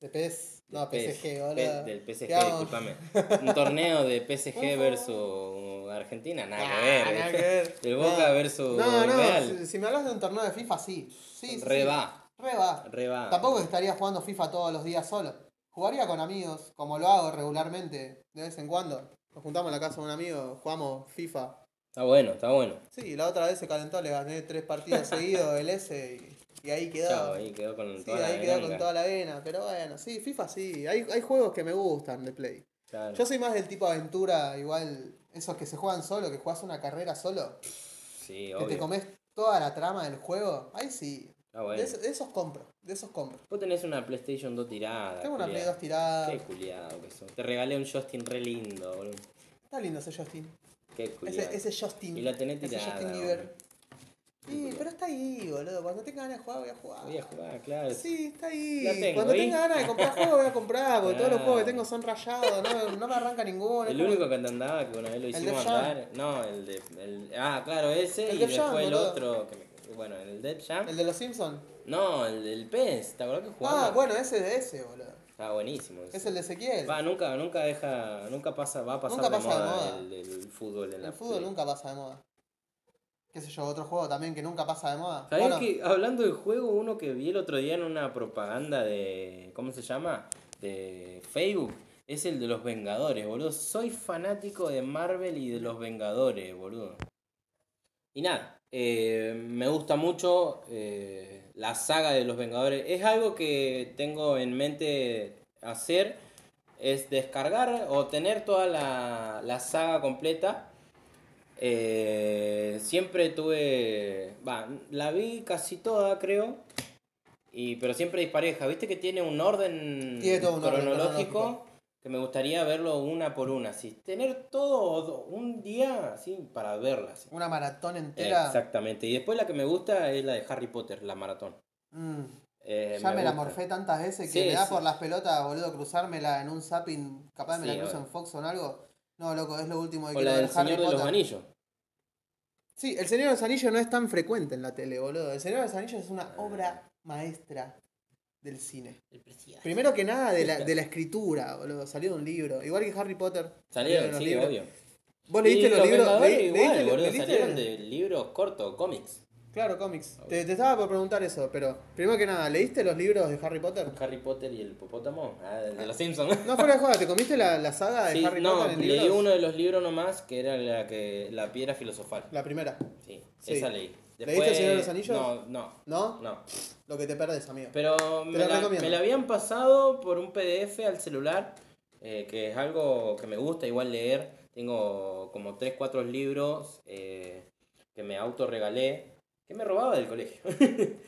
[SPEAKER 1] De PES. No,
[SPEAKER 2] PES,
[SPEAKER 1] PSG,
[SPEAKER 2] P-
[SPEAKER 1] boludo.
[SPEAKER 2] del PSG,
[SPEAKER 1] ¿Qué hago?
[SPEAKER 2] discúlpame.
[SPEAKER 1] (laughs)
[SPEAKER 2] Un torneo de PSG
[SPEAKER 1] Por favor.
[SPEAKER 2] versus uh, Argentina, nada que
[SPEAKER 1] Ah,
[SPEAKER 2] ver.
[SPEAKER 1] nada
[SPEAKER 2] ¿viste? (laughs)
[SPEAKER 1] que ver.
[SPEAKER 2] El
[SPEAKER 1] No.
[SPEAKER 2] Boca versus
[SPEAKER 1] No, no,
[SPEAKER 2] Real.
[SPEAKER 1] si, si me hablas de un torneo de FIFA, sí. sí, sí,
[SPEAKER 2] Re
[SPEAKER 1] sí.
[SPEAKER 2] va,
[SPEAKER 1] Re va.
[SPEAKER 2] re va.
[SPEAKER 1] Tampoco estaría jugando FIFA todos los días solo. Jugaría con amigos, como lo hago regularmente, de vez en cuando. Nos juntamos en la casa de un amigo, jugamos FIFA.
[SPEAKER 2] Está bueno, está bueno.
[SPEAKER 1] Sí, la otra vez se calentó, le gané tres
[SPEAKER 2] (laughs)
[SPEAKER 1] partidos seguidos el S y, y ahí quedó.
[SPEAKER 2] Chao, ahí quedó con
[SPEAKER 1] sí,
[SPEAKER 2] toda la
[SPEAKER 1] ahí quedó
[SPEAKER 2] ganga.
[SPEAKER 1] con toda la vena. Pero bueno, sí, FIFA sí. Hay, hay juegos que me gustan de Play.
[SPEAKER 2] Claro.
[SPEAKER 1] Yo soy más del tipo aventura, igual esos que se juegan solo, que jugás una carrera solo,
[SPEAKER 2] Sí,
[SPEAKER 1] que te
[SPEAKER 2] obvio.
[SPEAKER 1] comes toda la trama del juego. Ahí sí,
[SPEAKER 2] Está bueno.
[SPEAKER 1] de, esos, de esos compro, de esos compro.
[SPEAKER 2] Vos tenés una PlayStation 2 tirada.
[SPEAKER 1] Tengo una Play
[SPEAKER 2] culiao.
[SPEAKER 1] 2 tirada.
[SPEAKER 2] Qué culiado que sos. Te regalé un Justin re lindo, boludo.
[SPEAKER 1] Está lindo ese Justin.
[SPEAKER 2] Qué culiado.
[SPEAKER 1] Ese, ese Justin.
[SPEAKER 2] Y la tenés
[SPEAKER 1] ese
[SPEAKER 2] tirada.
[SPEAKER 1] Justin
[SPEAKER 2] boludo.
[SPEAKER 1] Bieber. Sí,
[SPEAKER 2] culiao.
[SPEAKER 1] pero está ahí, boludo. Cuando tenga ganas de jugar, voy a jugar.
[SPEAKER 2] Voy a jugar, claro.
[SPEAKER 1] Sí, está ahí.
[SPEAKER 2] La tengo,
[SPEAKER 1] Cuando
[SPEAKER 2] ¿y?
[SPEAKER 1] tenga ganas de comprar juegos, voy a comprar, porque todos los
[SPEAKER 2] Claro.
[SPEAKER 1] juegos que tengo son rayados, no, no me arranca ninguno. es
[SPEAKER 2] El
[SPEAKER 1] como-
[SPEAKER 2] único que te andaba, que una vez lo
[SPEAKER 1] El de
[SPEAKER 2] hicimos
[SPEAKER 1] Jam.
[SPEAKER 2] andar. No, el de. el- ah, claro, ese.
[SPEAKER 1] El
[SPEAKER 2] y
[SPEAKER 1] Def Jam,
[SPEAKER 2] después el
[SPEAKER 1] boludo.
[SPEAKER 2] otro. que me- bueno, el Dead Jam.
[SPEAKER 1] El de los Simpsons.
[SPEAKER 2] No, el del PES. ¿Te acordás que jugamos?
[SPEAKER 1] Ah, bueno, ese de ese, boludo.
[SPEAKER 2] Está buenísimo. ese.
[SPEAKER 1] Es el de Ezequiel.
[SPEAKER 2] Va, nunca, nunca deja. Nunca pasa. Va a pasar
[SPEAKER 1] Nunca
[SPEAKER 2] de,
[SPEAKER 1] pasa de
[SPEAKER 2] moda
[SPEAKER 1] moda.
[SPEAKER 2] El, el fútbol en la
[SPEAKER 1] El fútbol
[SPEAKER 2] Play.
[SPEAKER 1] nunca pasa de moda. Qué sé yo, otro juego también que nunca pasa de moda.
[SPEAKER 2] ¿Sabés
[SPEAKER 1] Bueno,
[SPEAKER 2] que hablando del juego, uno que vi el otro día en una propaganda de. ¿Cómo se llama? De Facebook. Es el de los Vengadores, boludo. Soy fanático de Marvel y de los Vengadores, boludo. Y nada, eh, me gusta mucho eh, la saga de los Vengadores. Es algo que tengo en mente hacer. Es descargar o tener toda la, la saga completa. Eh, siempre tuve. Va, la vi casi toda, creo. Y, pero siempre dispareja. Viste que tiene un orden
[SPEAKER 1] Tiene todo un orden
[SPEAKER 2] cronológico.
[SPEAKER 1] cronológico.
[SPEAKER 2] que me gustaría verlo una por una, así. Tener todo un día así para verla. así.
[SPEAKER 1] Una maratón entera.
[SPEAKER 2] Exactamente. Y después la que me gusta es la de Harry Potter, la maratón.
[SPEAKER 1] Mm,
[SPEAKER 2] Eh,
[SPEAKER 1] ya me, la
[SPEAKER 2] gusta.
[SPEAKER 1] morfé tantas veces que
[SPEAKER 2] Sí,
[SPEAKER 1] me da
[SPEAKER 2] sí.
[SPEAKER 1] por las pelotas, boludo, cruzármela en un zapping. Capaz me
[SPEAKER 2] Sí,
[SPEAKER 1] la cruzo
[SPEAKER 2] obvio.
[SPEAKER 1] en Fox o en algo. No, loco, es lo último que
[SPEAKER 2] O
[SPEAKER 1] quiero
[SPEAKER 2] la
[SPEAKER 1] ver
[SPEAKER 2] del
[SPEAKER 1] Harry
[SPEAKER 2] Señor de los
[SPEAKER 1] Potter.
[SPEAKER 2] Anillos.
[SPEAKER 1] Sí, El Señor de los Anillos no es tan frecuente en la tele, boludo. El Señor de los Anillos es
[SPEAKER 2] Ah.
[SPEAKER 1] una obra maestra del cine. Primero que nada, de la, de la escritura, boludo. Salió de un libro. Igual que Harry Potter. de
[SPEAKER 2] Salieron,
[SPEAKER 1] los
[SPEAKER 2] sí,
[SPEAKER 1] libros.
[SPEAKER 2] obvio.
[SPEAKER 1] ¿Vos leíste
[SPEAKER 2] Y
[SPEAKER 1] los, libros?
[SPEAKER 2] Vengadores
[SPEAKER 1] ¿Leí-
[SPEAKER 2] igual,
[SPEAKER 1] leíste-
[SPEAKER 2] boludo,
[SPEAKER 1] leíste-
[SPEAKER 2] salieron de libros cortos, cómics.
[SPEAKER 1] Claro,
[SPEAKER 2] Ah,
[SPEAKER 1] cómics. Te, te estaba por preguntar eso, pero primero que nada, ¿leíste los libros de Harry Potter?
[SPEAKER 2] Harry Potter y el hipopótamo, ah, el de los Simpsons.
[SPEAKER 1] No, fuera de joda, ¿te comiste la, la saga Ah, de
[SPEAKER 2] Sí,
[SPEAKER 1] Harry
[SPEAKER 2] no,
[SPEAKER 1] Potter en
[SPEAKER 2] leí
[SPEAKER 1] libros?
[SPEAKER 2] uno de los libros nomás, que era la que la piedra filosofal.
[SPEAKER 1] La primera,
[SPEAKER 2] Sí,
[SPEAKER 1] Sí.
[SPEAKER 2] esa leí.
[SPEAKER 1] ¿Leíste El Señor de los Anillos?
[SPEAKER 2] No, no,
[SPEAKER 1] ¿no?
[SPEAKER 2] no.
[SPEAKER 1] Lo que te perdes, amigo.
[SPEAKER 2] Pero me
[SPEAKER 1] la
[SPEAKER 2] la,
[SPEAKER 1] recomiendo.
[SPEAKER 2] me la habían pasado por un PDF al celular, eh, que es algo que me gusta igual leer. Tengo como 3, 4 libros eh, que me autorregalé, que me robaba del colegio. (laughs)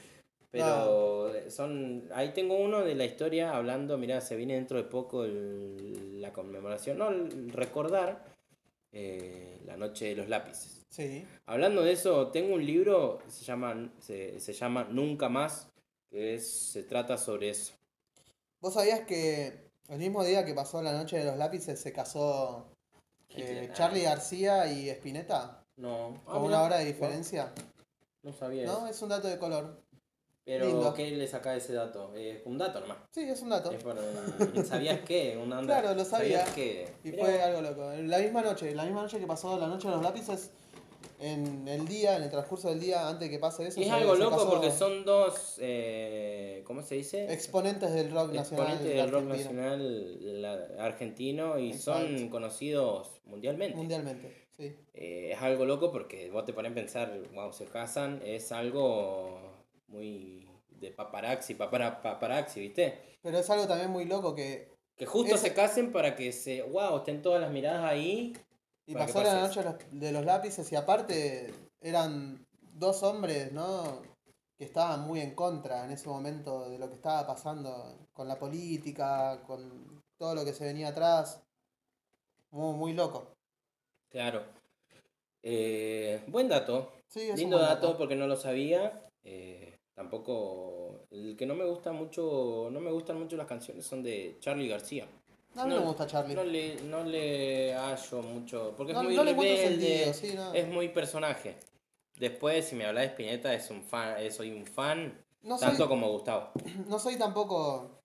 [SPEAKER 2] Pero
[SPEAKER 1] Ah.
[SPEAKER 2] son ahí tengo uno de la historia hablando, mirá, se viene dentro de poco el- la conmemoración, no, el recordar eh, la noche de los lápices.
[SPEAKER 1] Sí.
[SPEAKER 2] Hablando de eso, tengo un libro, se llama, se, se llama Nunca Más, que es- se trata sobre eso.
[SPEAKER 1] ¿Vos sabías que el mismo día que pasó la noche de los lápices se casó eh,
[SPEAKER 2] Hitler.
[SPEAKER 1] Charlie García y Spinetta?
[SPEAKER 2] No. Ah,
[SPEAKER 1] Con
[SPEAKER 2] mirá.
[SPEAKER 1] una hora de diferencia.
[SPEAKER 2] No sabía
[SPEAKER 1] No,
[SPEAKER 2] eso.
[SPEAKER 1] es un dato de color.
[SPEAKER 2] Pero
[SPEAKER 1] Lindo.
[SPEAKER 2] ¿qué le saca ese dato? Eh, un dato nomás.
[SPEAKER 1] Sí, es un dato.
[SPEAKER 2] Es para- ¿Sabías qué?
[SPEAKER 1] (laughs)
[SPEAKER 2] Una onda-
[SPEAKER 1] Claro, lo sabía.
[SPEAKER 2] ¿Sabías qué?
[SPEAKER 1] Y
[SPEAKER 2] Mirá
[SPEAKER 1] fue
[SPEAKER 2] vos.
[SPEAKER 1] algo loco. La misma noche, la misma noche que pasó la noche de los lápices, en el día, en el transcurso del día, antes de que pase eso.
[SPEAKER 2] Y es
[SPEAKER 1] se-
[SPEAKER 2] algo
[SPEAKER 1] se
[SPEAKER 2] loco
[SPEAKER 1] casó
[SPEAKER 2] porque son dos, eh, ¿cómo se dice?
[SPEAKER 1] Exponentes del rock nacional.
[SPEAKER 2] Exponentes del rock
[SPEAKER 1] argentino,
[SPEAKER 2] nacional la- argentino y son
[SPEAKER 1] Exacto.
[SPEAKER 2] conocidos mundialmente.
[SPEAKER 1] Mundialmente, sí.
[SPEAKER 2] Eh, es algo loco porque vos te pones a pensar, wow, se casan, es algo muy de paparazzi, papara, paparazzi, ¿viste?
[SPEAKER 1] Pero es algo también muy loco que.
[SPEAKER 2] Que justo
[SPEAKER 1] Ese-
[SPEAKER 2] se casen para que se, wow, estén todas las miradas ahí.
[SPEAKER 1] Y
[SPEAKER 2] Para que
[SPEAKER 1] pasó la
[SPEAKER 2] pase
[SPEAKER 1] noche de los- de los lápices y aparte eran dos hombres, ¿no? Que estaban muy en contra en ese momento de lo que estaba pasando con la política, con todo lo que se venía atrás. Muy, muy loco.
[SPEAKER 2] Claro. Eh, buen dato,
[SPEAKER 1] Sí, es un
[SPEAKER 2] lindo
[SPEAKER 1] buen
[SPEAKER 2] dato porque no lo sabía. Eh, tampoco, el que no me gusta mucho, no me gustan mucho las canciones son de Charlie García.
[SPEAKER 1] No, a mí no,
[SPEAKER 2] No,
[SPEAKER 1] me gusta Charlie.
[SPEAKER 2] No le, no le hallo mucho, porque
[SPEAKER 1] No-
[SPEAKER 2] es muy
[SPEAKER 1] no le encuentro
[SPEAKER 2] rebelde,
[SPEAKER 1] sentido, sí, no.
[SPEAKER 2] es muy personaje. Después, si me hablas de Spinetta, es un fan, eh, soy un fan,
[SPEAKER 1] no, soy,
[SPEAKER 2] tanto como Gustavo.
[SPEAKER 1] no soy tampoco.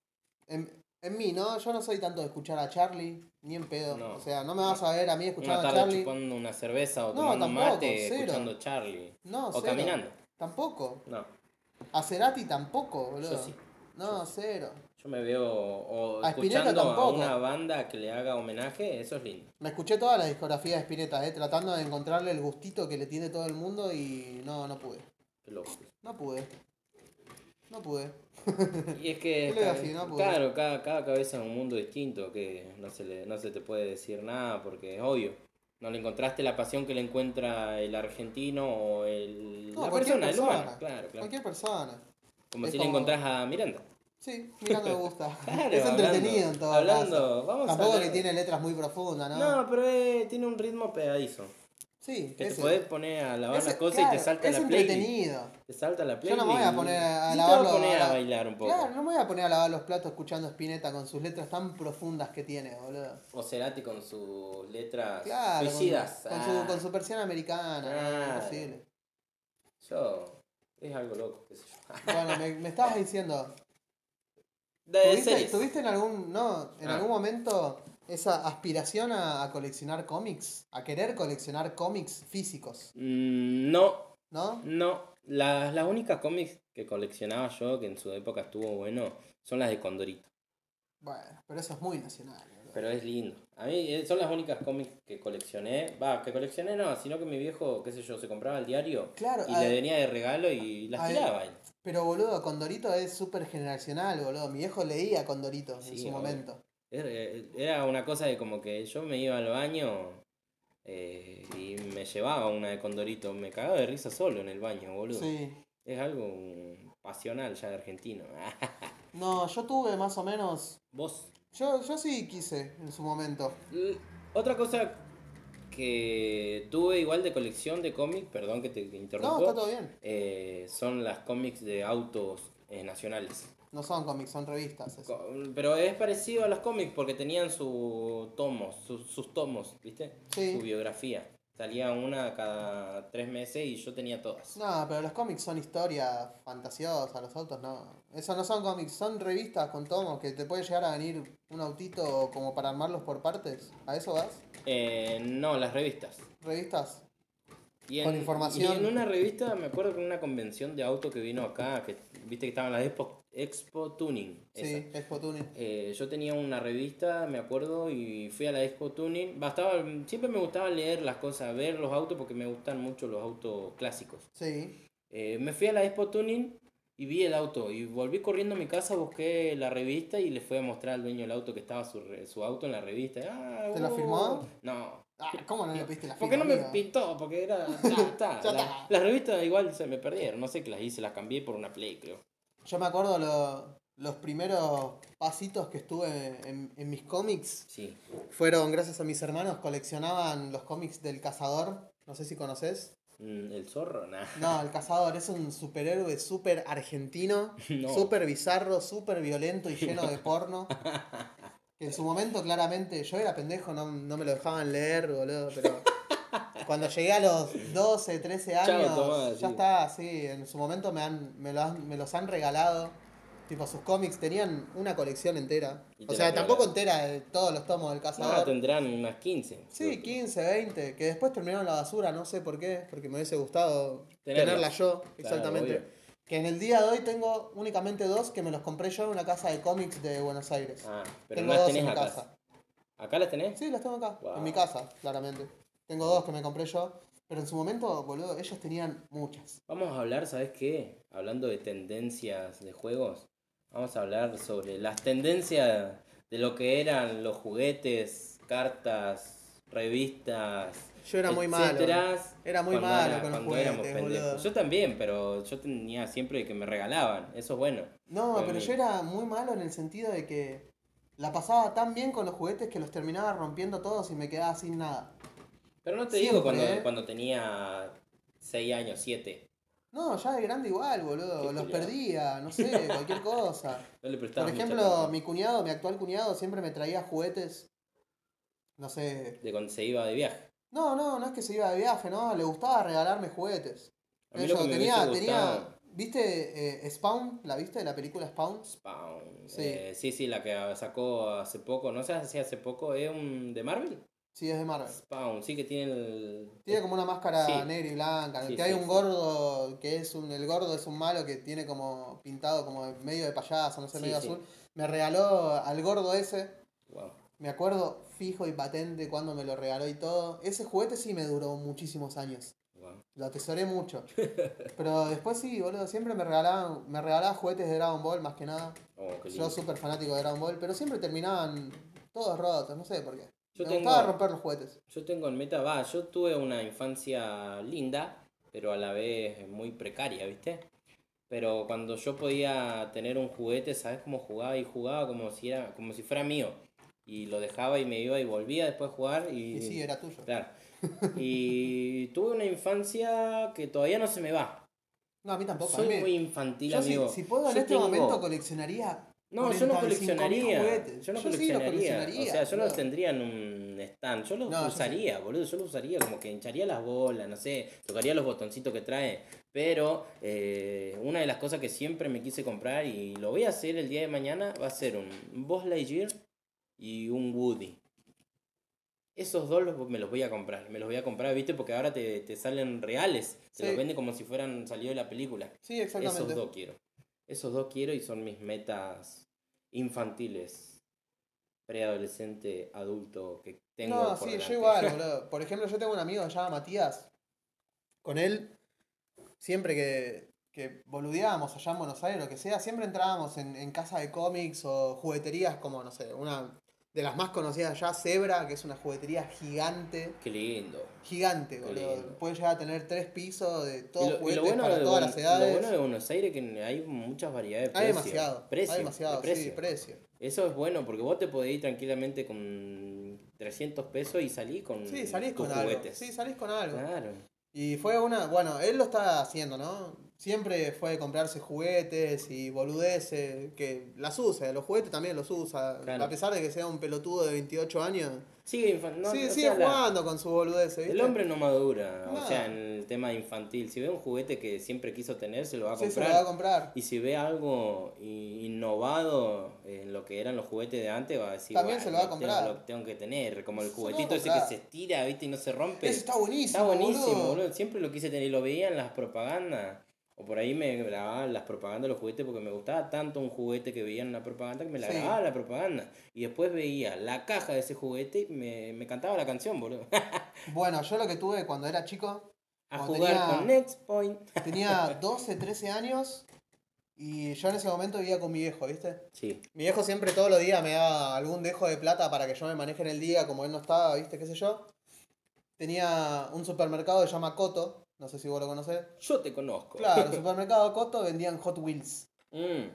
[SPEAKER 1] En, en mí, ¿no? Yo no soy tanto de escuchar a Charlie, ni en pedo.
[SPEAKER 2] No.
[SPEAKER 1] O sea, no me vas a ver a mí
[SPEAKER 2] Una
[SPEAKER 1] escuchando a
[SPEAKER 2] tarde
[SPEAKER 1] Charlie.
[SPEAKER 2] chupando una cerveza o
[SPEAKER 1] No,
[SPEAKER 2] tomando un
[SPEAKER 1] tampoco,
[SPEAKER 2] mate,
[SPEAKER 1] cero.
[SPEAKER 2] escuchando Charlie.
[SPEAKER 1] No,
[SPEAKER 2] o
[SPEAKER 1] cero.
[SPEAKER 2] caminando.
[SPEAKER 1] Tampoco.
[SPEAKER 2] No,
[SPEAKER 1] A Cerati tampoco, boludo.
[SPEAKER 2] yo sí.
[SPEAKER 1] No, cero.
[SPEAKER 2] Yo me veo o
[SPEAKER 1] A Spinetta
[SPEAKER 2] escuchando a
[SPEAKER 1] tampoco.
[SPEAKER 2] una banda que le haga homenaje, eso es lindo.
[SPEAKER 1] Me escuché toda la discografía de Spinetta, eh, tratando de encontrarle el gustito que le tiene todo el mundo y no, no pude.
[SPEAKER 2] Qué loco.
[SPEAKER 1] No pude. No pude.
[SPEAKER 2] Y es que,
[SPEAKER 1] Yo le digo
[SPEAKER 2] ca-
[SPEAKER 1] así, ¿no? Porque-
[SPEAKER 2] claro, cada, cada cabeza es un mundo distinto, que no se, le, no se te puede decir nada porque es obvio. No le encontraste la pasión que le encuentra el argentino o el,
[SPEAKER 1] No,
[SPEAKER 2] la
[SPEAKER 1] cualquier
[SPEAKER 2] persona, el
[SPEAKER 1] persona.
[SPEAKER 2] humano. Claro, claro.
[SPEAKER 1] Cualquier persona.
[SPEAKER 2] Como
[SPEAKER 1] es
[SPEAKER 2] si
[SPEAKER 1] como-
[SPEAKER 2] le encontrás a Miranda.
[SPEAKER 1] Sí, mira me
[SPEAKER 2] (laughs)
[SPEAKER 1] gusta.
[SPEAKER 2] Claro,
[SPEAKER 1] es
[SPEAKER 2] hablando-
[SPEAKER 1] entretenido en todo
[SPEAKER 2] hablando,
[SPEAKER 1] caso.
[SPEAKER 2] vamos a
[SPEAKER 1] Tampoco
[SPEAKER 2] hablar-
[SPEAKER 1] que tiene letras muy profundas, ¿no?
[SPEAKER 2] No, pero eh, tiene un ritmo pegadizo.
[SPEAKER 1] sí,
[SPEAKER 2] Que
[SPEAKER 1] ese.
[SPEAKER 2] te podés poner a lavar
[SPEAKER 1] Ese-
[SPEAKER 2] las cosas y
[SPEAKER 1] claro,
[SPEAKER 2] te salta
[SPEAKER 1] es
[SPEAKER 2] la playlist.
[SPEAKER 1] entretenido.
[SPEAKER 2] Te salta la
[SPEAKER 1] Yo
[SPEAKER 2] playlist.
[SPEAKER 1] no me voy a poner a
[SPEAKER 2] Sí
[SPEAKER 1] lavarlo,
[SPEAKER 2] te vas a poner
[SPEAKER 1] a-
[SPEAKER 2] a bailar un poco.
[SPEAKER 1] Claro, no me voy a poner a lavar los platos escuchando a Spinetta con sus letras tan profundas que tiene, boludo.
[SPEAKER 2] O Cerati con sus letras
[SPEAKER 1] Claro. con-
[SPEAKER 2] suicidas.
[SPEAKER 1] Con, su,
[SPEAKER 2] Ah.
[SPEAKER 1] con su persiana americana,
[SPEAKER 2] Claro.
[SPEAKER 1] imposible.
[SPEAKER 2] Yo. Es algo loco, qué sé yo. Ah,
[SPEAKER 1] Bueno, me, me estabas
[SPEAKER 2] (laughs)
[SPEAKER 1] diciendo,
[SPEAKER 2] De
[SPEAKER 1] ¿tuviste,
[SPEAKER 2] series.
[SPEAKER 1] tuviste en algún no, en
[SPEAKER 2] Ah.
[SPEAKER 1] algún momento esa aspiración a, a coleccionar cómics? A querer coleccionar cómics físicos,
[SPEAKER 2] Mm, No,
[SPEAKER 1] ¿no?
[SPEAKER 2] no. Las, las únicas cómics que coleccionaba yo, que en su época estuvo bueno, son las de Condorito.
[SPEAKER 1] Bueno, pero eso es muy nacional. boludo.
[SPEAKER 2] Pero es lindo. A mí eh, son las únicas cómics que coleccioné. Va, que coleccioné no, sino que mi viejo, qué sé yo, se compraba el diario
[SPEAKER 1] Claro,
[SPEAKER 2] y
[SPEAKER 1] a-
[SPEAKER 2] le venía de regalo y las
[SPEAKER 1] a-
[SPEAKER 2] tiraba él.
[SPEAKER 1] pero boludo, Condorito es súper generacional, boludo. Mi viejo leía Condorito en
[SPEAKER 2] Sí,
[SPEAKER 1] su
[SPEAKER 2] obvio.
[SPEAKER 1] momento.
[SPEAKER 2] Era- Er, eh, Era una cosa de como que yo me iba al baño eh, y me llevaba una de Condorito. Me cagaba de risa solo en el baño, boludo.
[SPEAKER 1] Sí.
[SPEAKER 2] Es algo mm, pasional ya de argentino. (laughs)
[SPEAKER 1] No, yo tuve más o menos.
[SPEAKER 2] Vos.
[SPEAKER 1] Yo, yo sí quise en su momento.
[SPEAKER 2] L- Otra cosa que tuve igual de colección de cómics, perdón que te
[SPEAKER 1] No,
[SPEAKER 2] interrumpo,
[SPEAKER 1] está todo bien.
[SPEAKER 2] eh, son las cómics de autos eh, nacionales.
[SPEAKER 1] No son cómics, son revistas. eso.
[SPEAKER 2] Co- Pero es parecido a los cómics porque tenían sus tomos, sus- sus tomos, ¿viste?
[SPEAKER 1] Sí.
[SPEAKER 2] Su biografía. Salía una cada tres meses y yo tenía todas.
[SPEAKER 1] No, pero los cómics son historias fantasiosas, los autos no. Eso no son cómics, son revistas con tomos que te puede llegar a venir un autito como para armarlos por partes. ¿A eso vas?
[SPEAKER 2] Eh, no, las revistas.
[SPEAKER 1] ¿Revistas?
[SPEAKER 2] Y en,
[SPEAKER 1] Con información.
[SPEAKER 2] y en una revista, me acuerdo que en una convención de auto que vino acá, que viste que estaban las Expo, Expo Tuning. esa.
[SPEAKER 1] Sí, es Tuning.
[SPEAKER 2] Eh, yo tenía una revista, me acuerdo, y fui a la Expo Tuning. Bastaba, siempre me gustaba leer las cosas, ver los autos, porque me gustan mucho los autos clásicos.
[SPEAKER 1] Sí.
[SPEAKER 2] Eh, me fui a la Expo Tuning y vi el auto. Y volví corriendo a mi casa, busqué la revista y le fui a mostrar al dueño del auto que estaba su, re- su auto en la revista. Ah,
[SPEAKER 1] ¿Te la
[SPEAKER 2] uh,
[SPEAKER 1] firmó?
[SPEAKER 2] No,
[SPEAKER 1] Ah, ¿cómo no le pediste la
[SPEAKER 2] ¿Por qué no
[SPEAKER 1] firma,
[SPEAKER 2] me
[SPEAKER 1] amigo?
[SPEAKER 2] pintó?
[SPEAKER 1] (laughs)
[SPEAKER 2] Porque era. ya está,
[SPEAKER 1] Ya
[SPEAKER 2] la-
[SPEAKER 1] está.
[SPEAKER 2] las revistas igual se me perdieron. No sé qué las hice, las cambié por una play, creo.
[SPEAKER 1] Yo me acuerdo lo- los primeros pasitos que estuve en, en mis cómics.
[SPEAKER 2] Sí.
[SPEAKER 1] Fueron gracias a mis hermanos, coleccionaban los cómics del Cazador. No sé si conoces.
[SPEAKER 2] Mm, El zorro, nada.
[SPEAKER 1] No, el cazador es un superhéroe súper argentino,
[SPEAKER 2] (laughs) No.
[SPEAKER 1] súper bizarro, súper violento y lleno de porno.
[SPEAKER 2] (laughs)
[SPEAKER 1] Que en su momento claramente yo era pendejo, no, no me lo dejaban leer, boludo, pero cuando llegué a los 12, 13
[SPEAKER 2] Chao,
[SPEAKER 1] años,
[SPEAKER 2] tomá,
[SPEAKER 1] ya
[SPEAKER 2] sí.
[SPEAKER 1] está, sí, en su momento me, han, me, lo han- me los han regalado. Tipo, sus cómics tenían una colección entera.
[SPEAKER 2] Y te
[SPEAKER 1] O
[SPEAKER 2] la
[SPEAKER 1] sea, tampoco
[SPEAKER 2] regalaron.
[SPEAKER 1] entera de todos los tomos del
[SPEAKER 2] Ahora
[SPEAKER 1] cazador.
[SPEAKER 2] tendrán unas 15.
[SPEAKER 1] Sí, 15, 20, que después terminaron en la basura, no sé por qué, porque me hubiese gustado
[SPEAKER 2] Tenerlas.
[SPEAKER 1] tenerla yo,
[SPEAKER 2] Claro,
[SPEAKER 1] exactamente.
[SPEAKER 2] obvio.
[SPEAKER 1] que en el día de hoy tengo únicamente dos que me los compré yo en una casa de cómics de Buenos Aires.
[SPEAKER 2] Ah, pero
[SPEAKER 1] tengo
[SPEAKER 2] no las
[SPEAKER 1] dos
[SPEAKER 2] tenés
[SPEAKER 1] en mi
[SPEAKER 2] acá.
[SPEAKER 1] casa.
[SPEAKER 2] ¿Acá las tenés?
[SPEAKER 1] Sí, los tengo acá,
[SPEAKER 2] Wow.
[SPEAKER 1] en mi casa, claramente. Tengo dos que me compré yo, pero en su momento, boludo, ellos tenían muchas.
[SPEAKER 2] Vamos a hablar, ¿sabes qué? Hablando de tendencias de juegos, vamos a hablar sobre las tendencias de lo que eran los juguetes, cartas, revistas.
[SPEAKER 1] Yo era muy
[SPEAKER 2] etcétera,
[SPEAKER 1] malo. Era muy
[SPEAKER 2] Eh, cuando
[SPEAKER 1] malo
[SPEAKER 2] era-
[SPEAKER 1] con los
[SPEAKER 2] cuando éramos
[SPEAKER 1] juguetes,
[SPEAKER 2] pendejos.
[SPEAKER 1] boludo.
[SPEAKER 2] Yo también, pero yo tenía siempre que me regalaban. Eso es bueno.
[SPEAKER 1] No,
[SPEAKER 2] Para
[SPEAKER 1] pero
[SPEAKER 2] mí.
[SPEAKER 1] yo era muy malo en el sentido de que la pasaba tan bien con los juguetes que los terminaba rompiendo todos y me quedaba sin nada.
[SPEAKER 2] Pero no te
[SPEAKER 1] Siempre,
[SPEAKER 2] digo cuando,
[SPEAKER 1] ¿eh?
[SPEAKER 2] cuando tenía 6 años, 7.
[SPEAKER 1] No, ya de grande igual, boludo.
[SPEAKER 2] Qué
[SPEAKER 1] Los
[SPEAKER 2] culiao.
[SPEAKER 1] perdía, no
[SPEAKER 2] (laughs)
[SPEAKER 1] sé, cualquier cosa.
[SPEAKER 2] No le prestaba
[SPEAKER 1] Por
[SPEAKER 2] mucha
[SPEAKER 1] ejemplo,
[SPEAKER 2] atención.
[SPEAKER 1] mi cuñado, mi actual cuñado, siempre me traía juguetes. No sé.
[SPEAKER 2] de cuando se iba de viaje.
[SPEAKER 1] No, no, no es que se iba de viaje, no. Le gustaba regalarme juguetes.
[SPEAKER 2] A mí
[SPEAKER 1] Yo
[SPEAKER 2] lo que me
[SPEAKER 1] tenía,
[SPEAKER 2] hubiese gustado-
[SPEAKER 1] tenía. ¿Viste eh, Spawn? ¿La viste? ¿La película Spawn?
[SPEAKER 2] Spawn.
[SPEAKER 1] Sí.
[SPEAKER 2] Eh, sí, sí, la que sacó hace poco, no sé si hace poco, es un de Marvel.
[SPEAKER 1] Sí, es de Marvel.
[SPEAKER 2] Spawn, sí que tiene el...
[SPEAKER 1] Tiene como una máscara
[SPEAKER 2] Eh, Sí.
[SPEAKER 1] negra y blanca.
[SPEAKER 2] Sí,
[SPEAKER 1] que hay
[SPEAKER 2] sí,
[SPEAKER 1] un
[SPEAKER 2] sí.
[SPEAKER 1] gordo que es un. El gordo es un malo que tiene como pintado como medio de payaso, no sé,
[SPEAKER 2] Sí,
[SPEAKER 1] medio
[SPEAKER 2] sí.
[SPEAKER 1] azul. Me regaló al gordo ese.
[SPEAKER 2] eh, Wow.
[SPEAKER 1] Me acuerdo fijo y patente cuando me lo regaló y todo. Ese juguete sí me duró muchísimos años.
[SPEAKER 2] wow.
[SPEAKER 1] Lo atesoré
[SPEAKER 2] (laughs)
[SPEAKER 1] mucho. Pero después sí, boludo, siempre me regalaban, me regalaban juguetes de Dragon Ball más que nada.
[SPEAKER 2] Oh, qué lindo.
[SPEAKER 1] Yo súper fanático de Dragon Ball, pero siempre terminaban todos rotos, no sé por qué.
[SPEAKER 2] Yo
[SPEAKER 1] me
[SPEAKER 2] tengo-
[SPEAKER 1] gustaba romper los juguetes.
[SPEAKER 2] Yo tengo en meta, va, yo tuve una infancia linda, pero a la vez muy precaria, ¿viste? Pero cuando yo podía tener un juguete, ¿sabes cómo jugaba? Y jugaba como si, era, como si fuera mío. Y lo dejaba y me iba y volvía después a jugar y...
[SPEAKER 1] Y sí, era tuyo.
[SPEAKER 2] Claro. (laughs) Y tuve una infancia que todavía no se me va.
[SPEAKER 1] No, a mí tampoco. a
[SPEAKER 2] Soy
[SPEAKER 1] mí me-
[SPEAKER 2] muy infantil,
[SPEAKER 1] yo si-
[SPEAKER 2] amigo.
[SPEAKER 1] si, puedo en
[SPEAKER 2] Yo
[SPEAKER 1] este
[SPEAKER 2] tengo-
[SPEAKER 1] momento coleccionaría.
[SPEAKER 2] No, yo no
[SPEAKER 1] 45.000
[SPEAKER 2] coleccionaría.
[SPEAKER 1] juguetes.
[SPEAKER 2] Yo no
[SPEAKER 1] Yo sí los
[SPEAKER 2] coleccionaría.
[SPEAKER 1] coleccionaría,
[SPEAKER 2] O sea, yo no
[SPEAKER 1] boludo.
[SPEAKER 2] tendría en un stand. Yo los
[SPEAKER 1] No, yo sí.
[SPEAKER 2] usaría, boludo. Yo los usaría como que hincharía las bolas, no sé. Tocaría los botoncitos que trae. Pero eh, una de las cosas que siempre me quise comprar y lo voy a hacer el día de mañana va a ser un Buzz Lightyear y un Woody. Esos dos los- me los voy a comprar. Me los voy a comprar, viste, porque ahora te, te salen reales. Se
[SPEAKER 1] Sí.
[SPEAKER 2] los vende como si fueran salido de la película.
[SPEAKER 1] Sí, exactamente.
[SPEAKER 2] Esos dos quiero. Esos dos quiero y son mis metas infantiles. Preadolescente, adulto que tengo.
[SPEAKER 1] No,
[SPEAKER 2] por
[SPEAKER 1] sí,
[SPEAKER 2] delante.
[SPEAKER 1] yo
[SPEAKER 2] (laughs)
[SPEAKER 1] igual, boludo. Por ejemplo, yo tengo un amigo que se llama Matías. Con él, siempre que, que boludeábamos allá en Buenos Aires, lo que sea, siempre entrábamos en, en casa de cómics o jugueterías como, no sé, una de las más conocidas allá, Zebra, que es una juguetería gigante.
[SPEAKER 2] Qué lindo.
[SPEAKER 1] Gigante,
[SPEAKER 2] Qué
[SPEAKER 1] boludo.
[SPEAKER 2] lindo.
[SPEAKER 1] Puede llegar a tener tres pisos de
[SPEAKER 2] Y
[SPEAKER 1] todos
[SPEAKER 2] lo- y
[SPEAKER 1] juguetes
[SPEAKER 2] lo, bueno
[SPEAKER 1] para
[SPEAKER 2] de,
[SPEAKER 1] todas
[SPEAKER 2] Buen-
[SPEAKER 1] las edades.
[SPEAKER 2] lo bueno de Buenos Aires es que hay muchas variedades de
[SPEAKER 1] hay
[SPEAKER 2] precios.
[SPEAKER 1] demasiado.
[SPEAKER 2] Precios,
[SPEAKER 1] hay
[SPEAKER 2] de
[SPEAKER 1] demasiado, sí,
[SPEAKER 2] precios.
[SPEAKER 1] precio.
[SPEAKER 2] Eso es bueno porque vos te podés ir tranquilamente con 300 pesos y salir con
[SPEAKER 1] Sí, salís
[SPEAKER 2] Mm, tus
[SPEAKER 1] con algo.
[SPEAKER 2] juguetes.
[SPEAKER 1] Sí, salís con algo.
[SPEAKER 2] Claro.
[SPEAKER 1] Y fue una, bueno, él lo está haciendo, ¿no? Siempre fue de comprarse juguetes y boludeces, que las usa, los juguetes también los usa,
[SPEAKER 2] Claro.
[SPEAKER 1] a pesar de que sea un pelotudo de 28 años.
[SPEAKER 2] Sigue, infan- no,
[SPEAKER 1] sigue
[SPEAKER 2] o
[SPEAKER 1] sigue
[SPEAKER 2] sea, la-
[SPEAKER 1] jugando con su boludez, ¿viste?
[SPEAKER 2] El hombre no madura,
[SPEAKER 1] Nada.
[SPEAKER 2] o sea, en el tema infantil. Si ve un juguete que siempre quiso tener, se lo va a
[SPEAKER 1] Sí,
[SPEAKER 2] comprar.
[SPEAKER 1] se lo va a comprar.
[SPEAKER 2] Y si ve algo i- innovado en lo que eran los juguetes de antes, va a decir,
[SPEAKER 1] También se lo va a
[SPEAKER 2] tengo-
[SPEAKER 1] comprar".
[SPEAKER 2] lo tengo que tener, como el
[SPEAKER 1] Se lo va a
[SPEAKER 2] juguetito ese que
[SPEAKER 1] comprar.
[SPEAKER 2] se estira, viste, y no se rompe.
[SPEAKER 1] Eso está buenísimo.
[SPEAKER 2] este Está buenísimo,
[SPEAKER 1] boludo.
[SPEAKER 2] boludo. Siempre lo quise tener y lo veía en las propagandas. O por ahí me grababan las propagandas de los juguetes porque me gustaba tanto un juguete que veía en la propaganda que me la
[SPEAKER 1] Sí.
[SPEAKER 2] grababa la propaganda. Y después veía la caja de ese juguete y me, me cantaba la canción, boludo.
[SPEAKER 1] Bueno, yo lo que tuve cuando era chico,
[SPEAKER 2] a
[SPEAKER 1] Cuando
[SPEAKER 2] jugar
[SPEAKER 1] tenía-
[SPEAKER 2] con Next Point. (laughs)
[SPEAKER 1] tenía 12, 13 años y yo en ese momento vivía con mi viejo, ¿viste?
[SPEAKER 2] Sí,
[SPEAKER 1] Mi viejo siempre todos los días me daba algún dejo de plata para que yo me maneje en el día, como él no estaba, viste, qué sé yo. Tenía un supermercado que se llama Coto, no sé si vos lo conocés.
[SPEAKER 2] yo te conozco. (laughs)
[SPEAKER 1] Claro, el supermercado Coto vendían Hot Wheels.
[SPEAKER 2] Mm,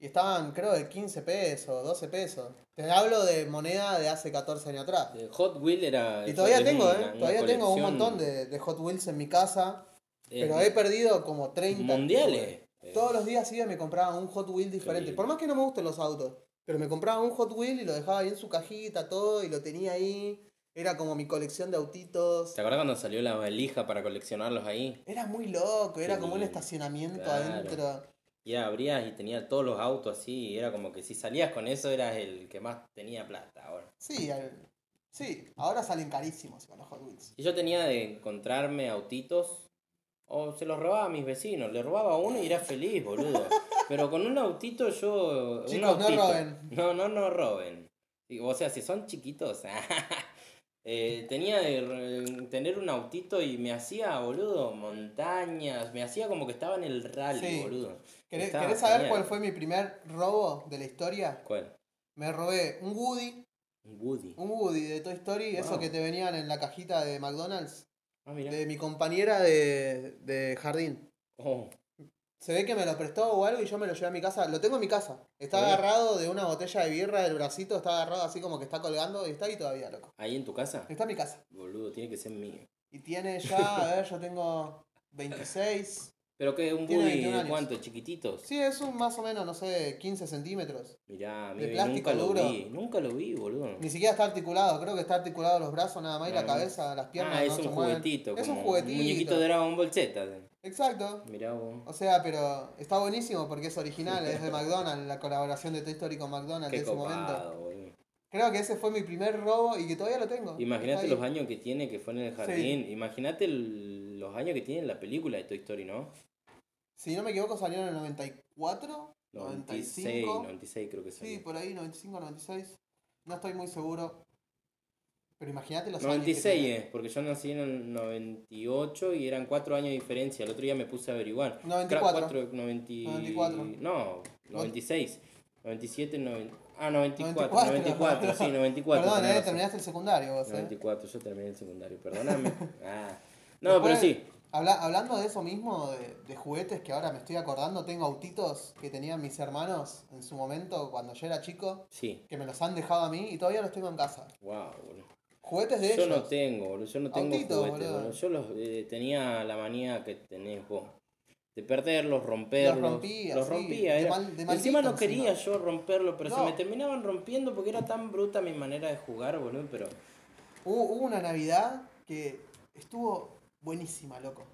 [SPEAKER 1] Y estaban, creo, de 15 pesos, 12 pesos. Te hablo de moneda de hace 14 años atrás.
[SPEAKER 2] de Hot Wheel era.
[SPEAKER 1] Y
[SPEAKER 2] eso
[SPEAKER 1] todavía
[SPEAKER 2] es
[SPEAKER 1] tengo,
[SPEAKER 2] una-
[SPEAKER 1] ¿eh?
[SPEAKER 2] una
[SPEAKER 1] Todavía tengo un
[SPEAKER 2] colección,
[SPEAKER 1] montón de, de Hot Wheels en mi casa.
[SPEAKER 2] eh,
[SPEAKER 1] Pero he perdido como 30.
[SPEAKER 2] Mundiales. Eh,
[SPEAKER 1] Todos los días iba y me compraba un Hot Wheel diferente.
[SPEAKER 2] lindo.
[SPEAKER 1] Por más que no me gusten los autos, pero me compraba un Hot Wheel y lo dejaba ahí en su cajita, todo, y lo tenía ahí. Era como mi colección de autitos.
[SPEAKER 2] ¿Te acuerdas cuando salió la valija para coleccionarlos ahí?
[SPEAKER 1] Era muy loco, era
[SPEAKER 2] Sí,
[SPEAKER 1] como un estacionamiento
[SPEAKER 2] claro.
[SPEAKER 1] adentro.
[SPEAKER 2] Y era- abrías y tenía todos los autos así. Y era como que si salías con eso eras el que más tenía plata ahora.
[SPEAKER 1] Sí, al- sí, ahora salen carísimos igual los Hot Wheels.
[SPEAKER 2] Y yo tenía de encontrarme autitos. O se los robaba a mis vecinos. Le robaba uno y era
[SPEAKER 1] (laughs)
[SPEAKER 2] feliz, boludo. Pero con un autito yo. un
[SPEAKER 1] Chicos, no
[SPEAKER 2] autito-
[SPEAKER 1] roben.
[SPEAKER 2] No, no, no roben. Y, O sea, si son chiquitos. (laughs) eh, tenía de re- tener un autito y me hacía, boludo, montañas. Me hacía como que estaba en el rally,
[SPEAKER 1] Sí.
[SPEAKER 2] boludo.
[SPEAKER 1] ¿Querés,
[SPEAKER 2] Estaba
[SPEAKER 1] querés saber
[SPEAKER 2] genial.
[SPEAKER 1] cuál fue mi primer robo de la historia?
[SPEAKER 2] ¿Cuál?
[SPEAKER 1] Me robé un Woody,
[SPEAKER 2] Un Woody.
[SPEAKER 1] un Woody de Toy Story,
[SPEAKER 2] Wow.
[SPEAKER 1] eso que te venían en la cajita de McDonald's,
[SPEAKER 2] Ah, mira.
[SPEAKER 1] de mi compañera de, de jardín.
[SPEAKER 2] Oh,
[SPEAKER 1] Se ve que me lo prestó o algo y yo me lo llevé a mi casa. Lo tengo en mi casa. Está
[SPEAKER 2] Bien.
[SPEAKER 1] agarrado de una botella de birra, el bracito está agarrado así como que está colgando y está ahí todavía, loco.
[SPEAKER 2] ¿ahí en tu casa?
[SPEAKER 1] Está en mi casa.
[SPEAKER 2] Boludo, tiene que ser mío.
[SPEAKER 1] Y tiene
[SPEAKER 2] (laughs)
[SPEAKER 1] ya, a ver, yo tengo 26.
[SPEAKER 2] ¿Pero qué? ¿Un
[SPEAKER 1] Tiene
[SPEAKER 2] Woody
[SPEAKER 1] 21
[SPEAKER 2] de
[SPEAKER 1] años.
[SPEAKER 2] cuánto? ¿Chiquititos?
[SPEAKER 1] Sí, es un más o menos, no sé, 15 centímetros.
[SPEAKER 2] Mirá,
[SPEAKER 1] De
[SPEAKER 2] amigo, y
[SPEAKER 1] plástico
[SPEAKER 2] nunca lo
[SPEAKER 1] duro.
[SPEAKER 2] vi. Nunca lo vi, boludo.
[SPEAKER 1] Ni siquiera está articulado, creo que está articulado los brazos nada más y la
[SPEAKER 2] Ah.
[SPEAKER 1] cabeza, las piernas.
[SPEAKER 2] Ah, es
[SPEAKER 1] no se
[SPEAKER 2] un
[SPEAKER 1] mueven.
[SPEAKER 2] juguetito.
[SPEAKER 1] Es un
[SPEAKER 2] como
[SPEAKER 1] juguetito.
[SPEAKER 2] muñequito de Dragon Ball Z. eh.
[SPEAKER 1] Exacto.
[SPEAKER 2] Mirá vos.
[SPEAKER 1] O sea, pero está buenísimo porque es original, es de McDonald's, la colaboración de Toy Story con McDonald's
[SPEAKER 2] Qué
[SPEAKER 1] de ese momento.
[SPEAKER 2] copado, boludo.
[SPEAKER 1] Creo que ese fue mi primer robo y que todavía lo tengo.
[SPEAKER 2] Imagínate
[SPEAKER 1] Está
[SPEAKER 2] los
[SPEAKER 1] ahí.
[SPEAKER 2] años que tiene que fue en el jardín. Imagínate el- los años que tiene la película de Toy Story, ¿no?
[SPEAKER 1] Si no me equivoco, salieron en el 94,
[SPEAKER 2] 96,
[SPEAKER 1] 95.
[SPEAKER 2] 96 creo que
[SPEAKER 1] Sí,
[SPEAKER 2] salió.
[SPEAKER 1] por ahí, 95, 96. No estoy muy seguro. Pero imagínate los años que
[SPEAKER 2] 96
[SPEAKER 1] tiene.
[SPEAKER 2] es, eh, porque yo nací en el 98 y eran 4 años de diferencia. El otro día me puse a averiguar.
[SPEAKER 1] 94.
[SPEAKER 2] Cuatro, 90 y-
[SPEAKER 1] 94.
[SPEAKER 2] No, 96. 97, 90, ah, 94.
[SPEAKER 1] 94,
[SPEAKER 2] 94, sí, 94.
[SPEAKER 1] Perdón,
[SPEAKER 2] tenés
[SPEAKER 1] eh,
[SPEAKER 2] razón.
[SPEAKER 1] terminaste el secundario vos, eh.
[SPEAKER 2] 94, yo terminé el secundario,
[SPEAKER 1] (laughs)
[SPEAKER 2] perdóname. Ah. No, pero
[SPEAKER 1] Después,
[SPEAKER 2] sí.
[SPEAKER 1] habla- hablando de eso mismo, de, de juguetes que ahora me estoy acordando, tengo autitos que tenían mis hermanos en su momento cuando yo era chico,
[SPEAKER 2] Sí.
[SPEAKER 1] que me los han dejado a mí y todavía los tengo en casa.
[SPEAKER 2] Wow, boludo.
[SPEAKER 1] Juguetes de
[SPEAKER 2] Yo
[SPEAKER 1] ellos.
[SPEAKER 2] no tengo, boludo. Yo no tengo
[SPEAKER 1] Autitos,
[SPEAKER 2] juguetes,
[SPEAKER 1] boludo.
[SPEAKER 2] boludo. Yo los eh, tenía la manía que tenés vos. De perderlos,
[SPEAKER 1] los
[SPEAKER 2] romperlos.
[SPEAKER 1] rompía,
[SPEAKER 2] Los
[SPEAKER 1] sí,
[SPEAKER 2] rompía,
[SPEAKER 1] de
[SPEAKER 2] era-
[SPEAKER 1] mal- de maldito
[SPEAKER 2] Encima no quería yo romperlo, pero se
[SPEAKER 1] No.
[SPEAKER 2] me terminaban rompiendo porque era tan bruta mi manera de jugar, boludo. Pero
[SPEAKER 1] Hubo, hubo una Navidad que estuvo buenísima, loco.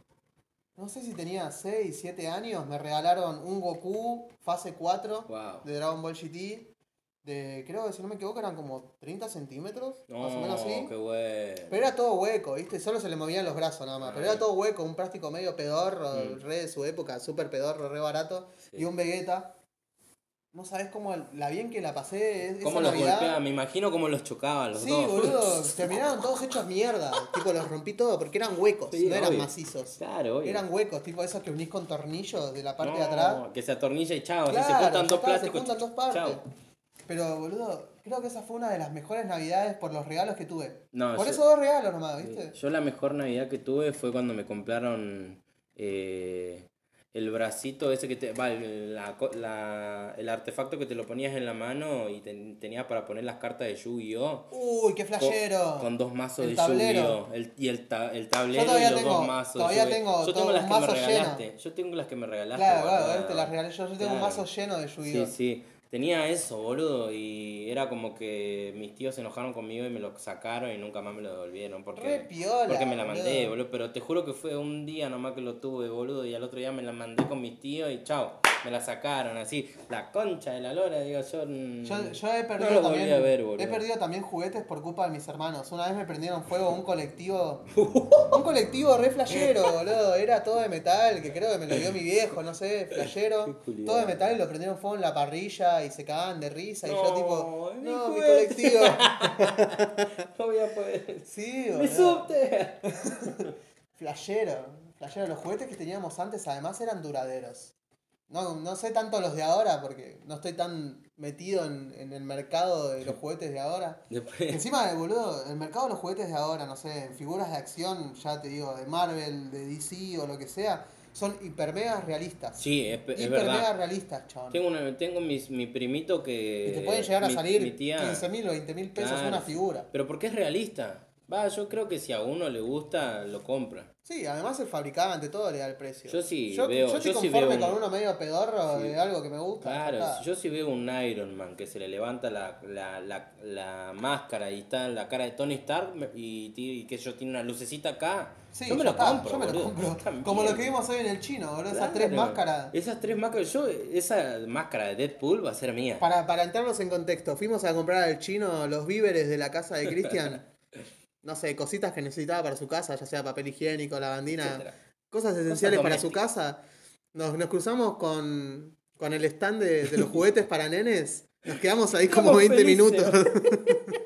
[SPEAKER 1] No sé si tenía 6, 7 años, me regalaron un Goku fase 4
[SPEAKER 2] Wow.
[SPEAKER 1] de Dragon Ball GT. De, creo que si no me equivoco eran como 30 centímetros,
[SPEAKER 2] No,
[SPEAKER 1] más o menos así.
[SPEAKER 2] qué bueno.
[SPEAKER 1] Pero era todo hueco, ¿viste? Solo se le movían los brazos nada más. Pero
[SPEAKER 2] Ah.
[SPEAKER 1] era todo hueco, un plástico medio pedorro,
[SPEAKER 2] Mm.
[SPEAKER 1] re de su época, súper pedorro, re barato.
[SPEAKER 2] Sí.
[SPEAKER 1] Y un Vegeta. No sabes cómo la bien que la pasé. es- esa
[SPEAKER 2] ¿Cómo los
[SPEAKER 1] Navidad.
[SPEAKER 2] golpeaba? Me imagino cómo los chocaba los
[SPEAKER 1] Sí,
[SPEAKER 2] dos. (laughs)
[SPEAKER 1] boludo, terminaron todos hechos mierda. tipo, los rompí todo porque eran huecos,
[SPEAKER 2] Sí,
[SPEAKER 1] no eran
[SPEAKER 2] obvio.
[SPEAKER 1] macizos.
[SPEAKER 2] Claro, obvio.
[SPEAKER 1] Eran huecos, tipo esos que unís con tornillos de la parte de
[SPEAKER 2] No,
[SPEAKER 1] atrás.
[SPEAKER 2] Que se atornilla y chao. si se
[SPEAKER 1] Claro,
[SPEAKER 2] juntan
[SPEAKER 1] ya
[SPEAKER 2] dos
[SPEAKER 1] está, se
[SPEAKER 2] plásticos.
[SPEAKER 1] juntan dos partes.
[SPEAKER 2] Chao.
[SPEAKER 1] Pero, boludo, creo que esa fue una de las mejores navidades por los regalos que tuve.
[SPEAKER 2] No,
[SPEAKER 1] por
[SPEAKER 2] yo-
[SPEAKER 1] esos dos regalos nomás, ¿viste?
[SPEAKER 2] Yo la mejor Navidad que tuve fue cuando me compraron eh, el bracito ese que te... Va, el- la, co- la- el artefacto que te lo ponías en la mano y ten- tenía para poner las cartas de Yu-Gi-Oh.
[SPEAKER 1] Uy, qué
[SPEAKER 2] Con,
[SPEAKER 1] flashero.
[SPEAKER 2] con dos mazos
[SPEAKER 1] El
[SPEAKER 2] de
[SPEAKER 1] tablero.
[SPEAKER 2] Yu-Gi-Oh. El- y el, ta- el
[SPEAKER 1] Yo
[SPEAKER 2] tablero y
[SPEAKER 1] todavía
[SPEAKER 2] los
[SPEAKER 1] tengo-
[SPEAKER 2] dos mazos. de
[SPEAKER 1] todavía
[SPEAKER 2] Yu-Gi-Oh.
[SPEAKER 1] tengo
[SPEAKER 2] Yo
[SPEAKER 1] todo
[SPEAKER 2] tengo las
[SPEAKER 1] un
[SPEAKER 2] que me
[SPEAKER 1] mazo lleno.
[SPEAKER 2] regalaste. Yo tengo las que me regalaste.
[SPEAKER 1] claro, claro,
[SPEAKER 2] guardadas.
[SPEAKER 1] te las regalé yo. Yo tengo un
[SPEAKER 2] Claro.
[SPEAKER 1] mazo lleno de yu
[SPEAKER 2] Sí, sí. Tenía eso, boludo, y era como que mis tíos se enojaron conmigo y me lo sacaron y nunca más me lo devolvieron. Porque,
[SPEAKER 1] Re piola,
[SPEAKER 2] porque me la
[SPEAKER 1] boludo.
[SPEAKER 2] mandé, boludo. Pero te juro que fue un día nomás que lo tuve, boludo, y al otro día me la mandé con mis tíos y chao, me la sacaron así. La concha de la lora, digo yo. mm,
[SPEAKER 1] Yo, yo he perdido
[SPEAKER 2] No lo volví
[SPEAKER 1] también,
[SPEAKER 2] a ver,
[SPEAKER 1] he
[SPEAKER 2] boludo.
[SPEAKER 1] perdido también juguetes por culpa de mis hermanos. Una vez me prendieron fuego un
[SPEAKER 2] (laughs)
[SPEAKER 1] colectivo, un colectivo re flashero, boludo. Era todo de metal, que creo que me lo dio mi viejo, no sé,
[SPEAKER 2] Qué
[SPEAKER 1] flashero.
[SPEAKER 2] culiado.
[SPEAKER 1] Todo de metal y lo prendieron fuego en la parrilla y se cagaban de risa y yo
[SPEAKER 2] No,
[SPEAKER 1] tipo,
[SPEAKER 2] mi
[SPEAKER 1] no, mi
[SPEAKER 2] juguete". (laughs)
[SPEAKER 1] colectivo.
[SPEAKER 2] (laughs) No voy a poder.
[SPEAKER 1] Sí,
[SPEAKER 2] ¡Mi
[SPEAKER 1] boludo.
[SPEAKER 2] subte!
[SPEAKER 1] Flashero, flashero. Los juguetes que teníamos antes además eran duraderos. No, no sé tanto los de ahora porque no estoy tan metido en- en el mercado de los juguetes de ahora.
[SPEAKER 2] Después,
[SPEAKER 1] Encima, boludo, el mercado de los juguetes de ahora, no sé, en figuras de acción, ya te digo, de Marvel, de DC o lo que sea, son hiper mega realistas.
[SPEAKER 2] sí, es, es
[SPEAKER 1] hiper mega
[SPEAKER 2] verdad.
[SPEAKER 1] realistas, chabón.
[SPEAKER 2] Tengo, una- tengo mis, mi primito que.
[SPEAKER 1] y te pueden llegar a
[SPEAKER 2] eh, mi-
[SPEAKER 1] salir
[SPEAKER 2] mi tía-
[SPEAKER 1] 15 mil, 20 mil pesos
[SPEAKER 2] Claro.
[SPEAKER 1] una figura.
[SPEAKER 2] Pero porque es realista. Va, yo creo que si a uno le gusta, lo compra.
[SPEAKER 1] Sí, además el fabricante, todo le da el precio.
[SPEAKER 2] Yo sí
[SPEAKER 1] yo,
[SPEAKER 2] veo-
[SPEAKER 1] yo estoy
[SPEAKER 2] yo sí
[SPEAKER 1] conforme
[SPEAKER 2] veo
[SPEAKER 1] con
[SPEAKER 2] un-
[SPEAKER 1] uno medio pedorro de algo que me gusta.
[SPEAKER 2] Claro,
[SPEAKER 1] ya está.
[SPEAKER 2] si yo si veo un Iron Man que se le levanta la, la, la, la máscara y está en la cara de Tony Stark me- y, ti- y que yo tiene una lucecita acá,
[SPEAKER 1] Sí,
[SPEAKER 2] yo me
[SPEAKER 1] ya
[SPEAKER 2] lo
[SPEAKER 1] está,
[SPEAKER 2] compro.
[SPEAKER 1] yo me lo
[SPEAKER 2] boludo. (laughs)
[SPEAKER 1] compro.
[SPEAKER 2] También.
[SPEAKER 1] Como lo que vimos hoy en el chino, boludo, esas tres
[SPEAKER 2] Claro.
[SPEAKER 1] máscaras.
[SPEAKER 2] Esas tres máscaras, yo, esa máscara de Deadpool va a ser mía.
[SPEAKER 1] Para, para entrarnos en contexto, fuimos a comprar al chino los víveres de la casa de Cristian. No sé, cositas que necesitaba para su casa, ya sea papel higiénico, lavandina,
[SPEAKER 2] etcétera.
[SPEAKER 1] cosas esenciales para su
[SPEAKER 2] domésticas.
[SPEAKER 1] casa. Nos, nos cruzamos con, con el stand de, de los juguetes para nenes. Nos quedamos ahí como 20
[SPEAKER 2] Estamos felices.
[SPEAKER 1] minutos.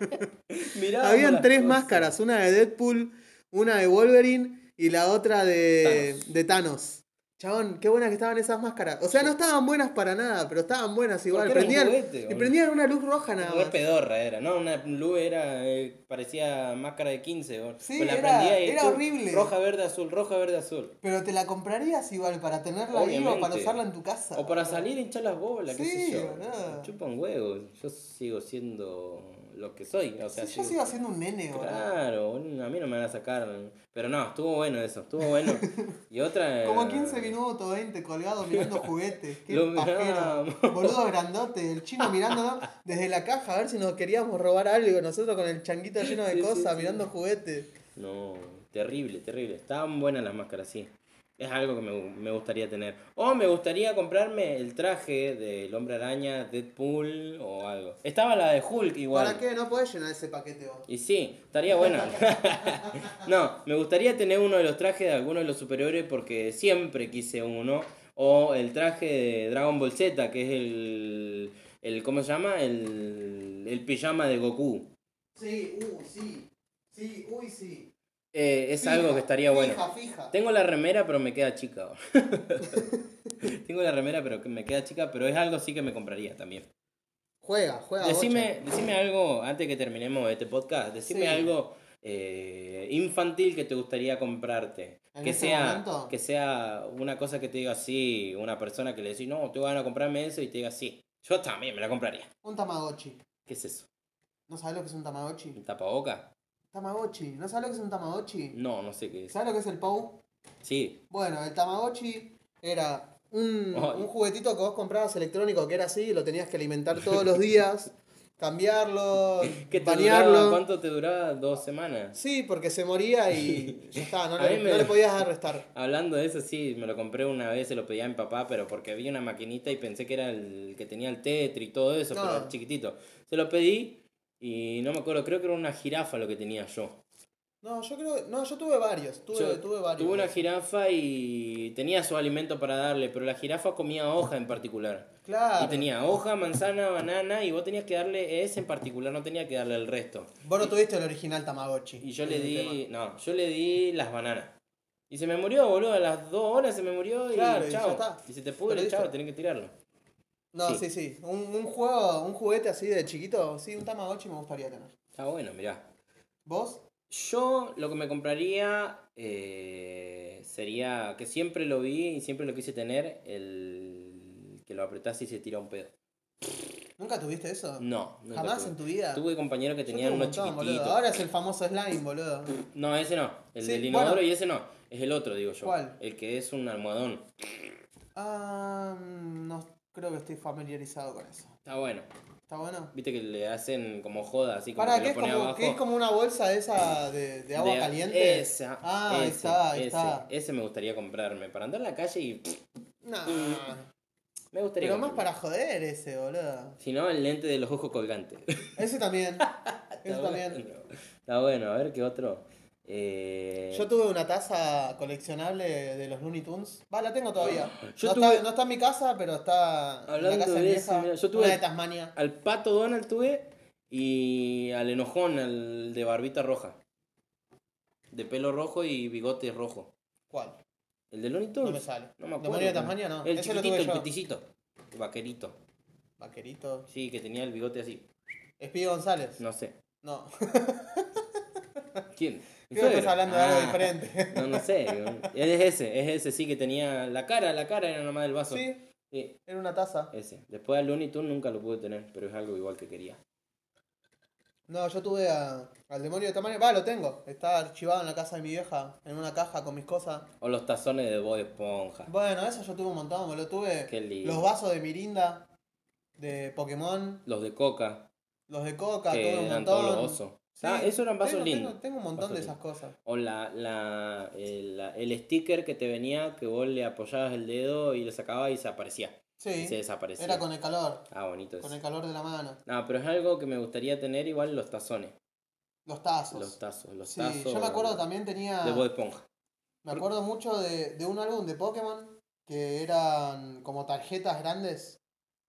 [SPEAKER 2] Mirábamos
[SPEAKER 1] Habían
[SPEAKER 2] las
[SPEAKER 1] tres
[SPEAKER 2] cosas.
[SPEAKER 1] máscaras, una de Deadpool, una de Wolverine y la otra de Thanos.
[SPEAKER 2] Thanos.
[SPEAKER 1] de Thanos. Chabón, qué buenas que estaban esas máscaras. O sea, no estaban buenas para nada, pero estaban buenas igual.
[SPEAKER 2] Porque era un
[SPEAKER 1] Prendían,
[SPEAKER 2] juguete,
[SPEAKER 1] y
[SPEAKER 2] boludo.
[SPEAKER 1] prendían una luz roja nada
[SPEAKER 2] Re
[SPEAKER 1] más.
[SPEAKER 2] pedorra era, ¿no? Una luz era, eh, parecía máscara de 15. boludo.
[SPEAKER 1] Sí,
[SPEAKER 2] Pues la
[SPEAKER 1] era-
[SPEAKER 2] prendía y
[SPEAKER 1] era
[SPEAKER 2] tú,
[SPEAKER 1] horrible.
[SPEAKER 2] Roja, verde, azul, roja, verde, azul.
[SPEAKER 1] Pero te la comprarías igual para tenerla ahí o
[SPEAKER 2] Obviamente.
[SPEAKER 1] para usarla en tu casa.
[SPEAKER 2] O para salir a hinchar las bolas, qué
[SPEAKER 1] Sí,
[SPEAKER 2] sé yo.
[SPEAKER 1] boludo.
[SPEAKER 2] Chupan huevos. Yo sigo siendo lo que soy. O sea,
[SPEAKER 1] Sí, yo
[SPEAKER 2] sigo-
[SPEAKER 1] sigo haciendo un nene, boludo.
[SPEAKER 2] Claro, boludo, a mí no me van a sacar. Pero no, estuvo bueno eso, estuvo
[SPEAKER 1] (laughs)
[SPEAKER 2] bueno. Y otra. eh,
[SPEAKER 1] Como 15 minutos, 20, colgados mirando
[SPEAKER 2] (laughs)
[SPEAKER 1] juguetes. Qué
[SPEAKER 2] Lo
[SPEAKER 1] pajero.
[SPEAKER 2] mirábamos.
[SPEAKER 1] Boludo grandote, el chino mirándonos desde la caja a ver si nos queríamos robar algo. Nosotros con el changuito lleno de
[SPEAKER 2] Sí, sí,
[SPEAKER 1] cosas,
[SPEAKER 2] sí.
[SPEAKER 1] mirando juguetes.
[SPEAKER 2] No, terrible, terrible. Estaban buenas las máscaras, sí. Es algo que me, gu- me gustaría tener. O me gustaría comprarme el traje del Hombre Araña, Deadpool o algo. Estaba la de Hulk igual.
[SPEAKER 1] ¿Para qué? No podés llenar ese paquete vos.
[SPEAKER 2] Y sí, estaría bueno. (laughs) no, me gustaría tener uno de los trajes de alguno de los superiores porque siempre quise uno. O el traje de Dragon Ball Z, que es el. el ¿Cómo se llama? El, el pijama de Goku.
[SPEAKER 1] Sí, uh, sí. Sí, uy, sí.
[SPEAKER 2] Eh, es algo que estaría bueno.
[SPEAKER 1] Fija, fija.
[SPEAKER 2] Tengo la remera, pero me queda chica. (laughs) ahora. Tengo la remera, pero que me queda chica, pero es algo sí que me compraría también.
[SPEAKER 1] Juega, juega.
[SPEAKER 2] Decime, decime algo, antes que terminemos este podcast, decime
[SPEAKER 1] Sí.
[SPEAKER 2] algo eh, infantil que te gustaría comprarte.
[SPEAKER 1] ¿En
[SPEAKER 2] Que
[SPEAKER 1] este
[SPEAKER 2] sea,
[SPEAKER 1] momento?
[SPEAKER 2] que sea una cosa que te diga sí, una persona que le decís, no, tú van a comprarme eso y te diga sí. Yo también me la compraría.
[SPEAKER 1] bocha. Un Tamagotchi.
[SPEAKER 2] ¿Qué es eso?
[SPEAKER 1] ¿No sabes lo que es un Tamagotchi?
[SPEAKER 2] ¿Un tapaboca?
[SPEAKER 1] Tamagotchi. ¿No sabes lo que es un Tamagotchi?
[SPEAKER 2] No, no sé qué es.
[SPEAKER 1] ¿Sabes lo que es el POU?
[SPEAKER 2] Sí,
[SPEAKER 1] Bueno, el Tamagotchi era un,
[SPEAKER 2] Ay.
[SPEAKER 1] un juguetito que vos comprabas electrónico que era así, lo tenías que alimentar todos los
[SPEAKER 2] (laughs)
[SPEAKER 1] días, cambiarlo,
[SPEAKER 2] ¿Qué te duraba?
[SPEAKER 1] bañarlo.
[SPEAKER 2] ¿Cuánto te duraba? ¿Dos semanas?
[SPEAKER 1] Sí, porque se moría y ya está, no
[SPEAKER 2] (laughs) A
[SPEAKER 1] le,
[SPEAKER 2] mí me-
[SPEAKER 1] no le podías arrestar.
[SPEAKER 2] Hablando de eso, sí, me lo compré una vez, se lo pedí a mi papá, pero porque vi una maquinita y pensé que era el que tenía el Tetris y todo eso, pero
[SPEAKER 1] No.
[SPEAKER 2] era chiquitito. Se lo pedí y no me acuerdo, creo que era una jirafa lo que tenía yo.
[SPEAKER 1] No, yo creo, no, yo tuve varios, tuve,
[SPEAKER 2] Yo
[SPEAKER 1] tuve varios.
[SPEAKER 2] Tuve una jirafa y tenía su alimento para darle, pero la jirafa comía hoja en particular.
[SPEAKER 1] Claro.
[SPEAKER 2] Y tenía hoja, manzana, banana y vos tenías que darle ese en particular, no tenía que darle el resto.
[SPEAKER 1] Vos no tuviste el original Tamagotchi.
[SPEAKER 2] Y yo le
[SPEAKER 1] Ese es el
[SPEAKER 2] di, no, yo le di las bananas. Y se me murió, boludo, a las dos horas se me murió y
[SPEAKER 1] Claro, y ya
[SPEAKER 2] chao.
[SPEAKER 1] está.
[SPEAKER 2] Y se te pudre,
[SPEAKER 1] Perdiste.
[SPEAKER 2] chao, tenés que tirarlo.
[SPEAKER 1] tema. No,
[SPEAKER 2] sí.
[SPEAKER 1] sí, sí. Un, un juego, un juguete así de chiquito, sí, un Tamagotchi me gustaría tener.
[SPEAKER 2] Está bueno, mirá.
[SPEAKER 1] ¿Vos?
[SPEAKER 2] Yo lo que me compraría eh, sería, que siempre lo vi y siempre lo quise tener, el que lo apretás y se tira un pedo.
[SPEAKER 1] ¿Nunca tuviste eso?
[SPEAKER 2] No, nunca
[SPEAKER 1] Jamás
[SPEAKER 2] tuve.
[SPEAKER 1] en tu vida.
[SPEAKER 2] Tuve compañeros que
[SPEAKER 1] Yo
[SPEAKER 2] tenían
[SPEAKER 1] tuve un
[SPEAKER 2] uno
[SPEAKER 1] montón, boludo.
[SPEAKER 2] chiquitito.
[SPEAKER 1] Ahora es el famoso slime, boludo.
[SPEAKER 2] No, ese no. El
[SPEAKER 1] Sí,
[SPEAKER 2] del inodoro
[SPEAKER 1] bueno.
[SPEAKER 2] y ese no. Es el otro, digo yo.
[SPEAKER 1] ¿Cuál?
[SPEAKER 2] El que es un almohadón.
[SPEAKER 1] Ah, no creo que estoy familiarizado con eso.
[SPEAKER 2] Está bueno.
[SPEAKER 1] ¿Está bueno?
[SPEAKER 2] Viste que le hacen como joda, así como
[SPEAKER 1] Para,
[SPEAKER 2] que
[SPEAKER 1] que es,
[SPEAKER 2] lo pone
[SPEAKER 1] como,
[SPEAKER 2] abajo.
[SPEAKER 1] que es como una bolsa de esa de, de agua
[SPEAKER 2] De-
[SPEAKER 1] caliente.
[SPEAKER 2] Esa.
[SPEAKER 1] Ah, ahí
[SPEAKER 2] ese,
[SPEAKER 1] está, ahí
[SPEAKER 2] ese.
[SPEAKER 1] está.
[SPEAKER 2] Ese me gustaría comprarme. Para andar en la calle y pff,
[SPEAKER 1] Nah,
[SPEAKER 2] me gustaría
[SPEAKER 1] pero más para
[SPEAKER 2] comprarme.
[SPEAKER 1] joder ese, boludo.
[SPEAKER 2] Si no, el lente de los ojos colgantes.
[SPEAKER 1] Ese también. ese
[SPEAKER 2] (laughs) Está
[SPEAKER 1] también.
[SPEAKER 2] bueno. Está bueno, a ver qué otro. Eh,
[SPEAKER 1] Yo tuve una taza coleccionable de los Looney Tunes. Va, la tengo todavía.
[SPEAKER 2] Ah, Yo
[SPEAKER 1] no,
[SPEAKER 2] tuve-
[SPEAKER 1] está, no está en mi casa, pero está en
[SPEAKER 2] Hablando
[SPEAKER 1] la casa de
[SPEAKER 2] de
[SPEAKER 1] mi
[SPEAKER 2] eso,
[SPEAKER 1] vieja.
[SPEAKER 2] mira, yo tuve-
[SPEAKER 1] Una de Tasmania.
[SPEAKER 2] Al pato Donald tuve y al enojón, al de barbita roja. De pelo rojo y bigote rojo.
[SPEAKER 1] ¿Cuál?
[SPEAKER 2] ¿El de Looney Tunes?
[SPEAKER 1] No me sale.
[SPEAKER 2] No me acuerdo.
[SPEAKER 1] Demonio de Tasmania, no.
[SPEAKER 2] El
[SPEAKER 1] Ese lo
[SPEAKER 2] chiquitito,
[SPEAKER 1] tuve
[SPEAKER 2] el
[SPEAKER 1] yo.
[SPEAKER 2] peticito. El vaquerito.
[SPEAKER 1] Vaquerito.
[SPEAKER 2] Sí, que tenía el bigote así.
[SPEAKER 1] Espíritu González.
[SPEAKER 2] No sé.
[SPEAKER 1] No.
[SPEAKER 2] ¿Quién?
[SPEAKER 1] (laughs)
[SPEAKER 2] ¿Mi
[SPEAKER 1] Creo que estás
[SPEAKER 2] suegro?
[SPEAKER 1] hablando de algo
[SPEAKER 2] Ah. (laughs)
[SPEAKER 1] diferente.
[SPEAKER 2] No, no sé. Es ese, es ese, sí que tenía la cara, la cara era nomás del vaso.
[SPEAKER 1] sí,
[SPEAKER 2] Sí,
[SPEAKER 1] era una taza.
[SPEAKER 2] ese. Después al Looney Tunes nunca lo pude tener, pero es algo igual que quería.
[SPEAKER 1] No, yo tuve a- al demonio de tamaño. Va, lo tengo. Está archivado en la casa de mi vieja, en una caja con mis cosas.
[SPEAKER 2] O los tazones de Bob Esponja.
[SPEAKER 1] Bueno, eso yo tuve un montón, me lo tuve.
[SPEAKER 2] Qué lindo.
[SPEAKER 1] Los vasos de Mirinda, de Pokémon,
[SPEAKER 2] Los de Coca,
[SPEAKER 1] los de Coca,
[SPEAKER 2] que
[SPEAKER 1] tuve un
[SPEAKER 2] eran
[SPEAKER 1] montón.
[SPEAKER 2] todos los osos.
[SPEAKER 1] Sí,
[SPEAKER 2] ah, esos eran vasos
[SPEAKER 1] tengo-
[SPEAKER 2] lindos.
[SPEAKER 1] Tengo, tengo un montón
[SPEAKER 2] Vasos
[SPEAKER 1] de
[SPEAKER 2] lindos.
[SPEAKER 1] esas cosas.
[SPEAKER 2] O la, la, el, la- el sticker que te venía, que vos le apoyabas el dedo y le sacabas y se aparecía.
[SPEAKER 1] Sí,
[SPEAKER 2] Y se desaparecía.
[SPEAKER 1] era con el calor,
[SPEAKER 2] Ah, bonito
[SPEAKER 1] con
[SPEAKER 2] eso.
[SPEAKER 1] el calor de la mano.
[SPEAKER 2] No, pero es algo que me gustaría tener igual los tazones.
[SPEAKER 1] Los tazos.
[SPEAKER 2] Los tazos, los
[SPEAKER 1] sí,
[SPEAKER 2] tazos.
[SPEAKER 1] yo me acuerdo también tenía.
[SPEAKER 2] De Bob Esponja.
[SPEAKER 1] Me acuerdo mucho de, de un álbum de Pokémon que eran como tarjetas grandes.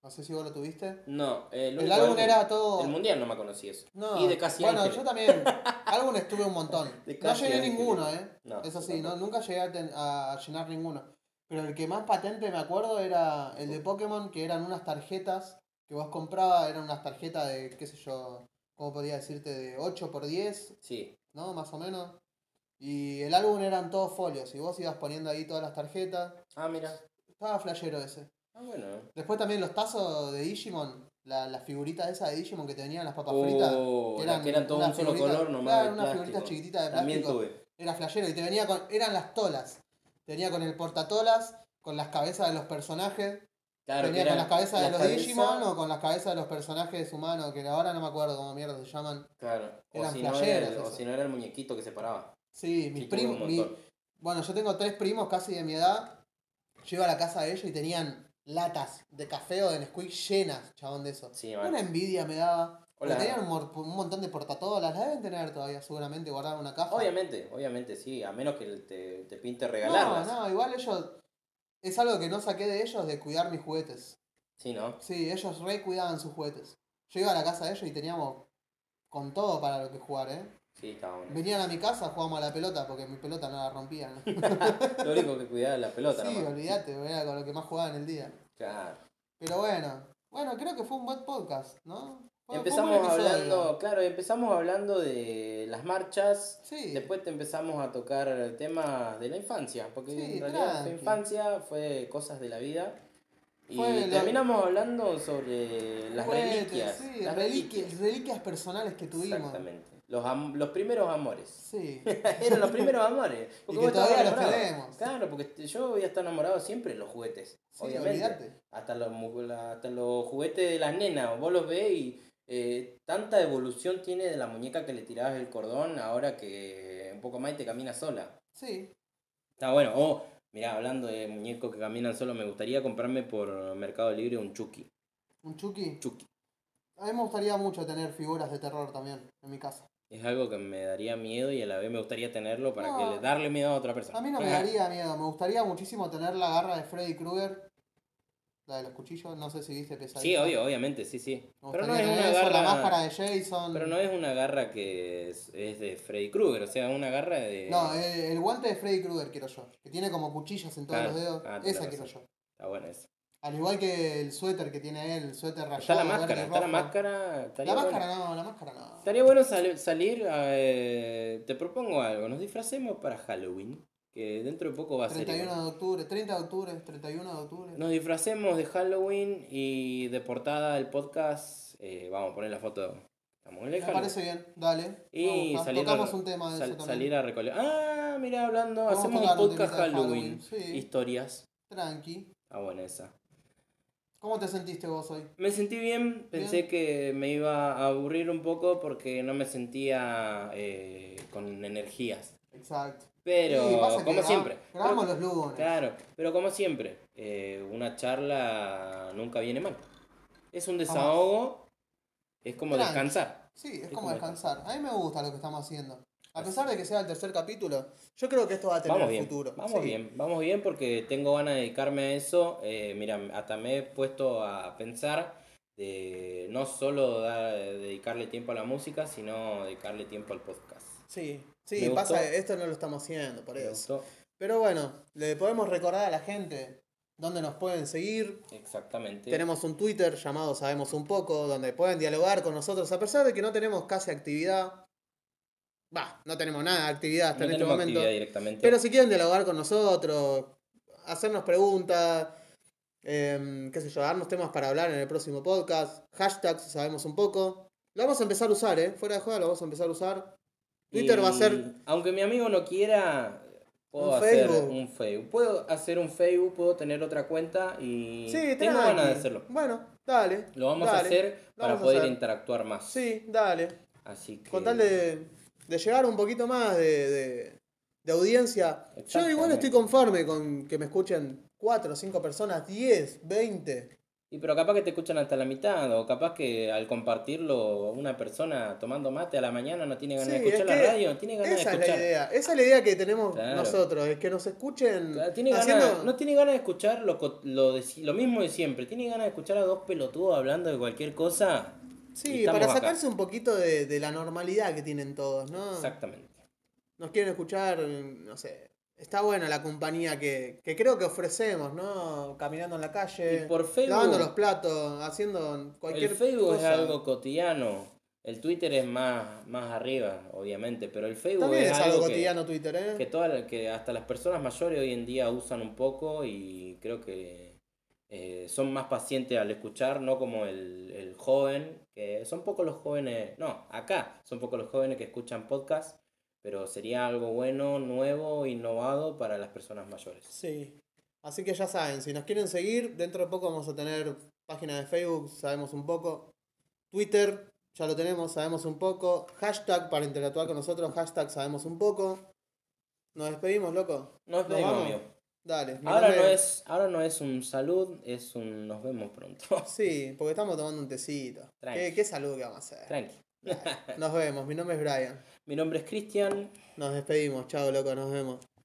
[SPEAKER 1] No sé si vos lo tuviste.
[SPEAKER 2] No, el,
[SPEAKER 1] El
[SPEAKER 2] único
[SPEAKER 1] álbum era todo.
[SPEAKER 2] El mundial no me conocí eso.
[SPEAKER 1] No,
[SPEAKER 2] y de Casi
[SPEAKER 1] bueno,
[SPEAKER 2] Ángeles.
[SPEAKER 1] yo también. Álbumes tuve un montón.
[SPEAKER 2] (laughs) De
[SPEAKER 1] No
[SPEAKER 2] Casi
[SPEAKER 1] llegué a
[SPEAKER 2] Ángeles.
[SPEAKER 1] ninguno, ¿eh?
[SPEAKER 2] No,
[SPEAKER 1] Eso
[SPEAKER 2] yo
[SPEAKER 1] sí, no,
[SPEAKER 2] tampoco.
[SPEAKER 1] nunca llegué a, ten- a llenar ninguno. Pero el que más patente me acuerdo era el de Pokémon, que eran unas tarjetas que vos comprabas, eran unas tarjetas de, qué sé yo, ¿cómo podía decirte? De 8 por 10,
[SPEAKER 2] Sí,
[SPEAKER 1] ¿no? Más o menos. Y el álbum eran todos folios, y vos ibas poniendo ahí todas las tarjetas.
[SPEAKER 2] Ah, mira.
[SPEAKER 1] Estaba flashero ese.
[SPEAKER 2] Ah, bueno.
[SPEAKER 1] Después también los tazos de Digimon, la, las figuritas esas de Digimon que tenían las papas fritas.
[SPEAKER 2] Oh, las que eran todo
[SPEAKER 1] unas
[SPEAKER 2] un solo
[SPEAKER 1] figuritas-
[SPEAKER 2] color nomás.
[SPEAKER 1] Claro,
[SPEAKER 2] de
[SPEAKER 1] unas
[SPEAKER 2] plástico.
[SPEAKER 1] figuritas chiquititas de
[SPEAKER 2] También
[SPEAKER 1] plástico.
[SPEAKER 2] tuve.
[SPEAKER 1] Era flashero y te venía con. Eran las tolas. Te venía con el portatolas, con las cabezas de los personajes.
[SPEAKER 2] Claro,
[SPEAKER 1] venía
[SPEAKER 2] que
[SPEAKER 1] con
[SPEAKER 2] eran
[SPEAKER 1] las cabezas de
[SPEAKER 2] las
[SPEAKER 1] los
[SPEAKER 2] cabezas-
[SPEAKER 1] Digimon o con las cabezas de los personajes humanos, que ahora no me acuerdo cómo mierda se llaman.
[SPEAKER 2] Claro. O
[SPEAKER 1] Eran
[SPEAKER 2] si, no era el,
[SPEAKER 1] playeras
[SPEAKER 2] o
[SPEAKER 1] esas.
[SPEAKER 2] si no era el muñequito que se paraba.
[SPEAKER 1] Sí, mis
[SPEAKER 2] Sí, tuve un
[SPEAKER 1] primos. mi-
[SPEAKER 2] montón.
[SPEAKER 1] Bueno, yo tengo tres primos casi de mi edad. Yo iba a la casa de ellos y tenían latas de café o de Nesquik llenas, chabón, de eso.
[SPEAKER 2] Sí,
[SPEAKER 1] Una
[SPEAKER 2] vale.
[SPEAKER 1] envidia me daba. Porque
[SPEAKER 2] Hola.
[SPEAKER 1] Tenían un, mor- un montón de portatolas, las deben tener todavía seguramente guardadas en una caja.
[SPEAKER 2] Obviamente, obviamente, sí. A menos que te, te pinte
[SPEAKER 1] No,
[SPEAKER 2] regalarlas.
[SPEAKER 1] no, igual ellos. Es algo que no saqué de ellos de cuidar mis juguetes.
[SPEAKER 2] Sí, ¿no?
[SPEAKER 1] Sí, ellos re cuidaban sus juguetes. Yo iba a la casa de ellos y teníamos con todo para lo que jugar, ¿eh?
[SPEAKER 2] Sí, estaba bueno.
[SPEAKER 1] Venían a mi casa, jugábamos a la pelota porque mi pelota no la
[SPEAKER 2] (laughs)
[SPEAKER 1] rompían. ¿no?
[SPEAKER 2] Lo único que cuidaba era la pelota,
[SPEAKER 1] sí,
[SPEAKER 2] nomás.
[SPEAKER 1] olvídate, era con lo que más jugaba en el día.
[SPEAKER 2] Claro.
[SPEAKER 1] Pero bueno, bueno, creo que fue un buen podcast, ¿no? Fue- fue un
[SPEAKER 2] Empezamos
[SPEAKER 1] buen episodio.
[SPEAKER 2] hablando, claro, empezamos hablando de las marchas,
[SPEAKER 1] Sí,
[SPEAKER 2] Después te empezamos a tocar temas de la infancia, porque
[SPEAKER 1] Sí,
[SPEAKER 2] en realidad
[SPEAKER 1] tranqui.
[SPEAKER 2] fue infancia, fue cosas de la vida. Y
[SPEAKER 1] Fue lo-
[SPEAKER 2] terminamos hablando sobre las
[SPEAKER 1] juguetes,
[SPEAKER 2] reliquias.
[SPEAKER 1] sí,
[SPEAKER 2] las
[SPEAKER 1] reliquias, reliquias personales que tuvimos.
[SPEAKER 2] Exactamente. Los, am- los primeros amores. (laughs)
[SPEAKER 1] Sí,
[SPEAKER 2] Eran los primeros amores.
[SPEAKER 1] y
[SPEAKER 2] Porque
[SPEAKER 1] que
[SPEAKER 2] vos estabas
[SPEAKER 1] todavía los
[SPEAKER 2] enamorado.
[SPEAKER 1] tenemos.
[SPEAKER 2] Claro, porque te- yo voy a estar enamorado siempre de los juguetes.
[SPEAKER 1] Sí,
[SPEAKER 2] obviamente.
[SPEAKER 1] olvídate.
[SPEAKER 2] Hasta los, mu- la- hasta los juguetes de las nenas. Vos los ves y eh, tanta evolución tiene de la muñeca que le tirabas el cordón ahora que un poco más y te camina sola.
[SPEAKER 1] Sí,
[SPEAKER 2] Está bueno. Oh, mirá, hablando de muñecos que caminan solo, me gustaría comprarme por Mercado Libre un Chucky.
[SPEAKER 1] un Chucky.
[SPEAKER 2] Chucky.
[SPEAKER 1] A mí me gustaría mucho tener figuras de terror también en mi casa.
[SPEAKER 2] Es algo que me daría miedo y a la vez me gustaría tenerlo para
[SPEAKER 1] No.
[SPEAKER 2] que le darle miedo a otra persona.
[SPEAKER 1] A mí no me daría miedo, me gustaría muchísimo tener la garra de Freddy Krueger, la de los cuchillos, no sé si viste pesadilla.
[SPEAKER 2] Sí, obvio, obviamente, sí, sí.
[SPEAKER 1] Me
[SPEAKER 2] Pero no es
[SPEAKER 1] gustaría
[SPEAKER 2] una
[SPEAKER 1] tener eso, La
[SPEAKER 2] garra.
[SPEAKER 1] máscara de Jason.
[SPEAKER 2] Pero no es una garra que es, es de Freddy Krueger, o sea, una garra de.
[SPEAKER 1] No, el, el guante de Freddy Krueger quiero yo, que tiene como cuchillos en todos
[SPEAKER 2] Claro.
[SPEAKER 1] los dedos.
[SPEAKER 2] Ah, tenés
[SPEAKER 1] Esa
[SPEAKER 2] razón.
[SPEAKER 1] quiero yo.
[SPEAKER 2] Está bueno eso.
[SPEAKER 1] Al igual que el suéter que tiene él, el suéter rayado.
[SPEAKER 2] Está la
[SPEAKER 1] verde
[SPEAKER 2] máscara,
[SPEAKER 1] y
[SPEAKER 2] está la
[SPEAKER 1] rojo.
[SPEAKER 2] máscara. estaría
[SPEAKER 1] La
[SPEAKER 2] bueno.
[SPEAKER 1] máscara no, la máscara no.
[SPEAKER 2] Estaría bueno sal- salir. a, eh, te propongo algo. Nos disfracemos para Halloween. Que dentro de poco va a ser.
[SPEAKER 1] 31 de octubre, 30 de octubre, 31 de octubre.
[SPEAKER 2] Nos disfracemos de Halloween y de portada del podcast. eh, vamos a poner la foto. Estamos en el
[SPEAKER 1] me
[SPEAKER 2] Halloween.
[SPEAKER 1] parece bien, dale. me
[SPEAKER 2] Y
[SPEAKER 1] gusta.
[SPEAKER 2] salir a,
[SPEAKER 1] Tocamos un tema de
[SPEAKER 2] sal-
[SPEAKER 1] eso también.
[SPEAKER 2] salir a recolectar. Ah, mira, hablando.
[SPEAKER 1] Vamos a
[SPEAKER 2] Hacemos un
[SPEAKER 1] tocar un
[SPEAKER 2] podcast
[SPEAKER 1] temita de
[SPEAKER 2] Halloween.
[SPEAKER 1] Halloween, sí.
[SPEAKER 2] Historias.
[SPEAKER 1] Tranqui.
[SPEAKER 2] Ah, bueno, esa.
[SPEAKER 1] ¿Cómo te sentiste vos hoy?
[SPEAKER 2] Me sentí bien. Pensé
[SPEAKER 1] Bien.
[SPEAKER 2] que me iba a aburrir un poco porque no me sentía eh, con energías.
[SPEAKER 1] Exacto.
[SPEAKER 2] Pero,
[SPEAKER 1] Sí, pasa que
[SPEAKER 2] como
[SPEAKER 1] gra-
[SPEAKER 2] siempre.
[SPEAKER 1] Grabamos los lunes.
[SPEAKER 2] Claro, pero como siempre, eh, una charla nunca viene mal. Es un desahogo, es como
[SPEAKER 1] Tranqui.
[SPEAKER 2] descansar.
[SPEAKER 1] Sí, es,
[SPEAKER 2] Es
[SPEAKER 1] como
[SPEAKER 2] como
[SPEAKER 1] descansar. A mí me gusta lo que estamos haciendo. A
[SPEAKER 2] Así.
[SPEAKER 1] pesar de que sea el tercer capítulo, yo creo que esto va a tener
[SPEAKER 2] Vamos
[SPEAKER 1] un
[SPEAKER 2] bien,
[SPEAKER 1] futuro.
[SPEAKER 2] vamos
[SPEAKER 1] Sí.
[SPEAKER 2] bien, vamos bien porque tengo ganas de dedicarme a eso. Eh, mira, hasta me he puesto a pensar de no solo dar- dedicarle tiempo a la música, sino dedicarle tiempo al podcast.
[SPEAKER 1] Sí, sí,
[SPEAKER 2] Me
[SPEAKER 1] pasa,
[SPEAKER 2] gustó.
[SPEAKER 1] que esto no lo estamos haciendo, por
[SPEAKER 2] ¿Te
[SPEAKER 1] eso.
[SPEAKER 2] gustó?
[SPEAKER 1] Pero bueno, le podemos recordar a la gente dónde nos pueden seguir.
[SPEAKER 2] Exactamente.
[SPEAKER 1] Tenemos un Twitter llamado Sabemos un poco, donde pueden dialogar con nosotros, a pesar de que no tenemos casi actividad. Va, no tenemos nada de actividad
[SPEAKER 2] No
[SPEAKER 1] hasta en este
[SPEAKER 2] tenemos
[SPEAKER 1] momento.
[SPEAKER 2] actividad directamente.
[SPEAKER 1] Pero si quieren dialogar con nosotros, hacernos preguntas, em, qué sé yo, darnos temas para hablar en el próximo podcast, hashtags, sabemos un poco. Lo vamos a empezar a usar, ¿eh? Fuera de joda, lo vamos a empezar a usar. Twitter va a ser.
[SPEAKER 2] Y Aunque mi amigo no quiera, puedo
[SPEAKER 1] Un
[SPEAKER 2] hacer
[SPEAKER 1] Facebook.
[SPEAKER 2] un Facebook. Puedo hacer un Facebook, puedo tener otra cuenta y
[SPEAKER 1] Sí,
[SPEAKER 2] tengo ganas de
[SPEAKER 1] tranqui.
[SPEAKER 2] hacerlo.
[SPEAKER 1] Bueno, dale.
[SPEAKER 2] Lo vamos a
[SPEAKER 1] dale,
[SPEAKER 2] hacer
[SPEAKER 1] lo
[SPEAKER 2] para
[SPEAKER 1] vamos a
[SPEAKER 2] poder
[SPEAKER 1] hacer.
[SPEAKER 2] interactuar más.
[SPEAKER 1] Sí, dale.
[SPEAKER 2] Así que.
[SPEAKER 1] Con tal de, de llegar un poquito más de, de- de audiencia. Yo
[SPEAKER 2] Exactamente.
[SPEAKER 1] igual estoy conforme con que me escuchen 4, 5 personas, 10, 20.
[SPEAKER 2] Y pero capaz que te escuchan hasta la mitad, o capaz que al compartirlo una persona tomando mate a la mañana no tiene ganas
[SPEAKER 1] Sí,
[SPEAKER 2] de escuchar
[SPEAKER 1] es que
[SPEAKER 2] la radio, tiene ganas
[SPEAKER 1] Esa
[SPEAKER 2] de
[SPEAKER 1] es la
[SPEAKER 2] escuchar.
[SPEAKER 1] idea. Esa es la idea que tenemos
[SPEAKER 2] Claro.
[SPEAKER 1] nosotros, es que nos escuchen
[SPEAKER 2] Claro, Tiene ganas-
[SPEAKER 1] haciendo.
[SPEAKER 2] no tiene ganas de escuchar lo, co- lo, de si- lo mismo de siempre. Tiene ganas de escuchar a dos pelotudos hablando de cualquier cosa. y
[SPEAKER 1] sí,
[SPEAKER 2] estamos
[SPEAKER 1] para
[SPEAKER 2] acá.
[SPEAKER 1] sacarse un poquito de, de la normalidad que tienen todos, ¿no?
[SPEAKER 2] Exactamente.
[SPEAKER 1] Nos quieren escuchar, no sé. Está buena la compañía que, que creo que ofrecemos, ¿no? Caminando en la calle,
[SPEAKER 2] Y por Facebook-
[SPEAKER 1] lavando los platos, haciendo cualquier
[SPEAKER 2] el Facebook
[SPEAKER 1] cosa.
[SPEAKER 2] es algo cotidiano. El Twitter es más, más arriba, obviamente. Pero el Facebook
[SPEAKER 1] También
[SPEAKER 2] es, algo que-
[SPEAKER 1] cotidiano Twitter, ¿eh?
[SPEAKER 2] que, toda la- que hasta las personas mayores hoy en día usan un poco y creo que eh, son más pacientes al escuchar, no como el, el joven, que son pocos los jóvenes, no, acá son pocos los jóvenes que escuchan podcast, pero sería algo bueno, nuevo, innovado para las personas mayores.
[SPEAKER 1] Sí. Así que ya saben, si nos quieren seguir, dentro de poco vamos a tener página de Facebook, sabemos un poco. Twitter, ya lo tenemos, sabemos un poco. Hashtag para interactuar con nosotros, hashtag sabemos un poco. Nos despedimos, loco.
[SPEAKER 2] Nos despedimos,
[SPEAKER 1] vamos?
[SPEAKER 2] amigo.
[SPEAKER 1] Dale. mi
[SPEAKER 2] Ahora no,
[SPEAKER 1] nombre-
[SPEAKER 2] es, ahora no es un salud, es un nos vemos pronto. (laughs)
[SPEAKER 1] Sí, porque estamos tomando un tecito.
[SPEAKER 2] Tranqui.
[SPEAKER 1] ¿Qué, qué salud que vamos a hacer.
[SPEAKER 2] Tranqui.
[SPEAKER 1] Dale. Nos vemos, mi nombre es Brian.
[SPEAKER 2] Mi nombre es Cristian.
[SPEAKER 1] Nos despedimos, chao, loco, nos vemos.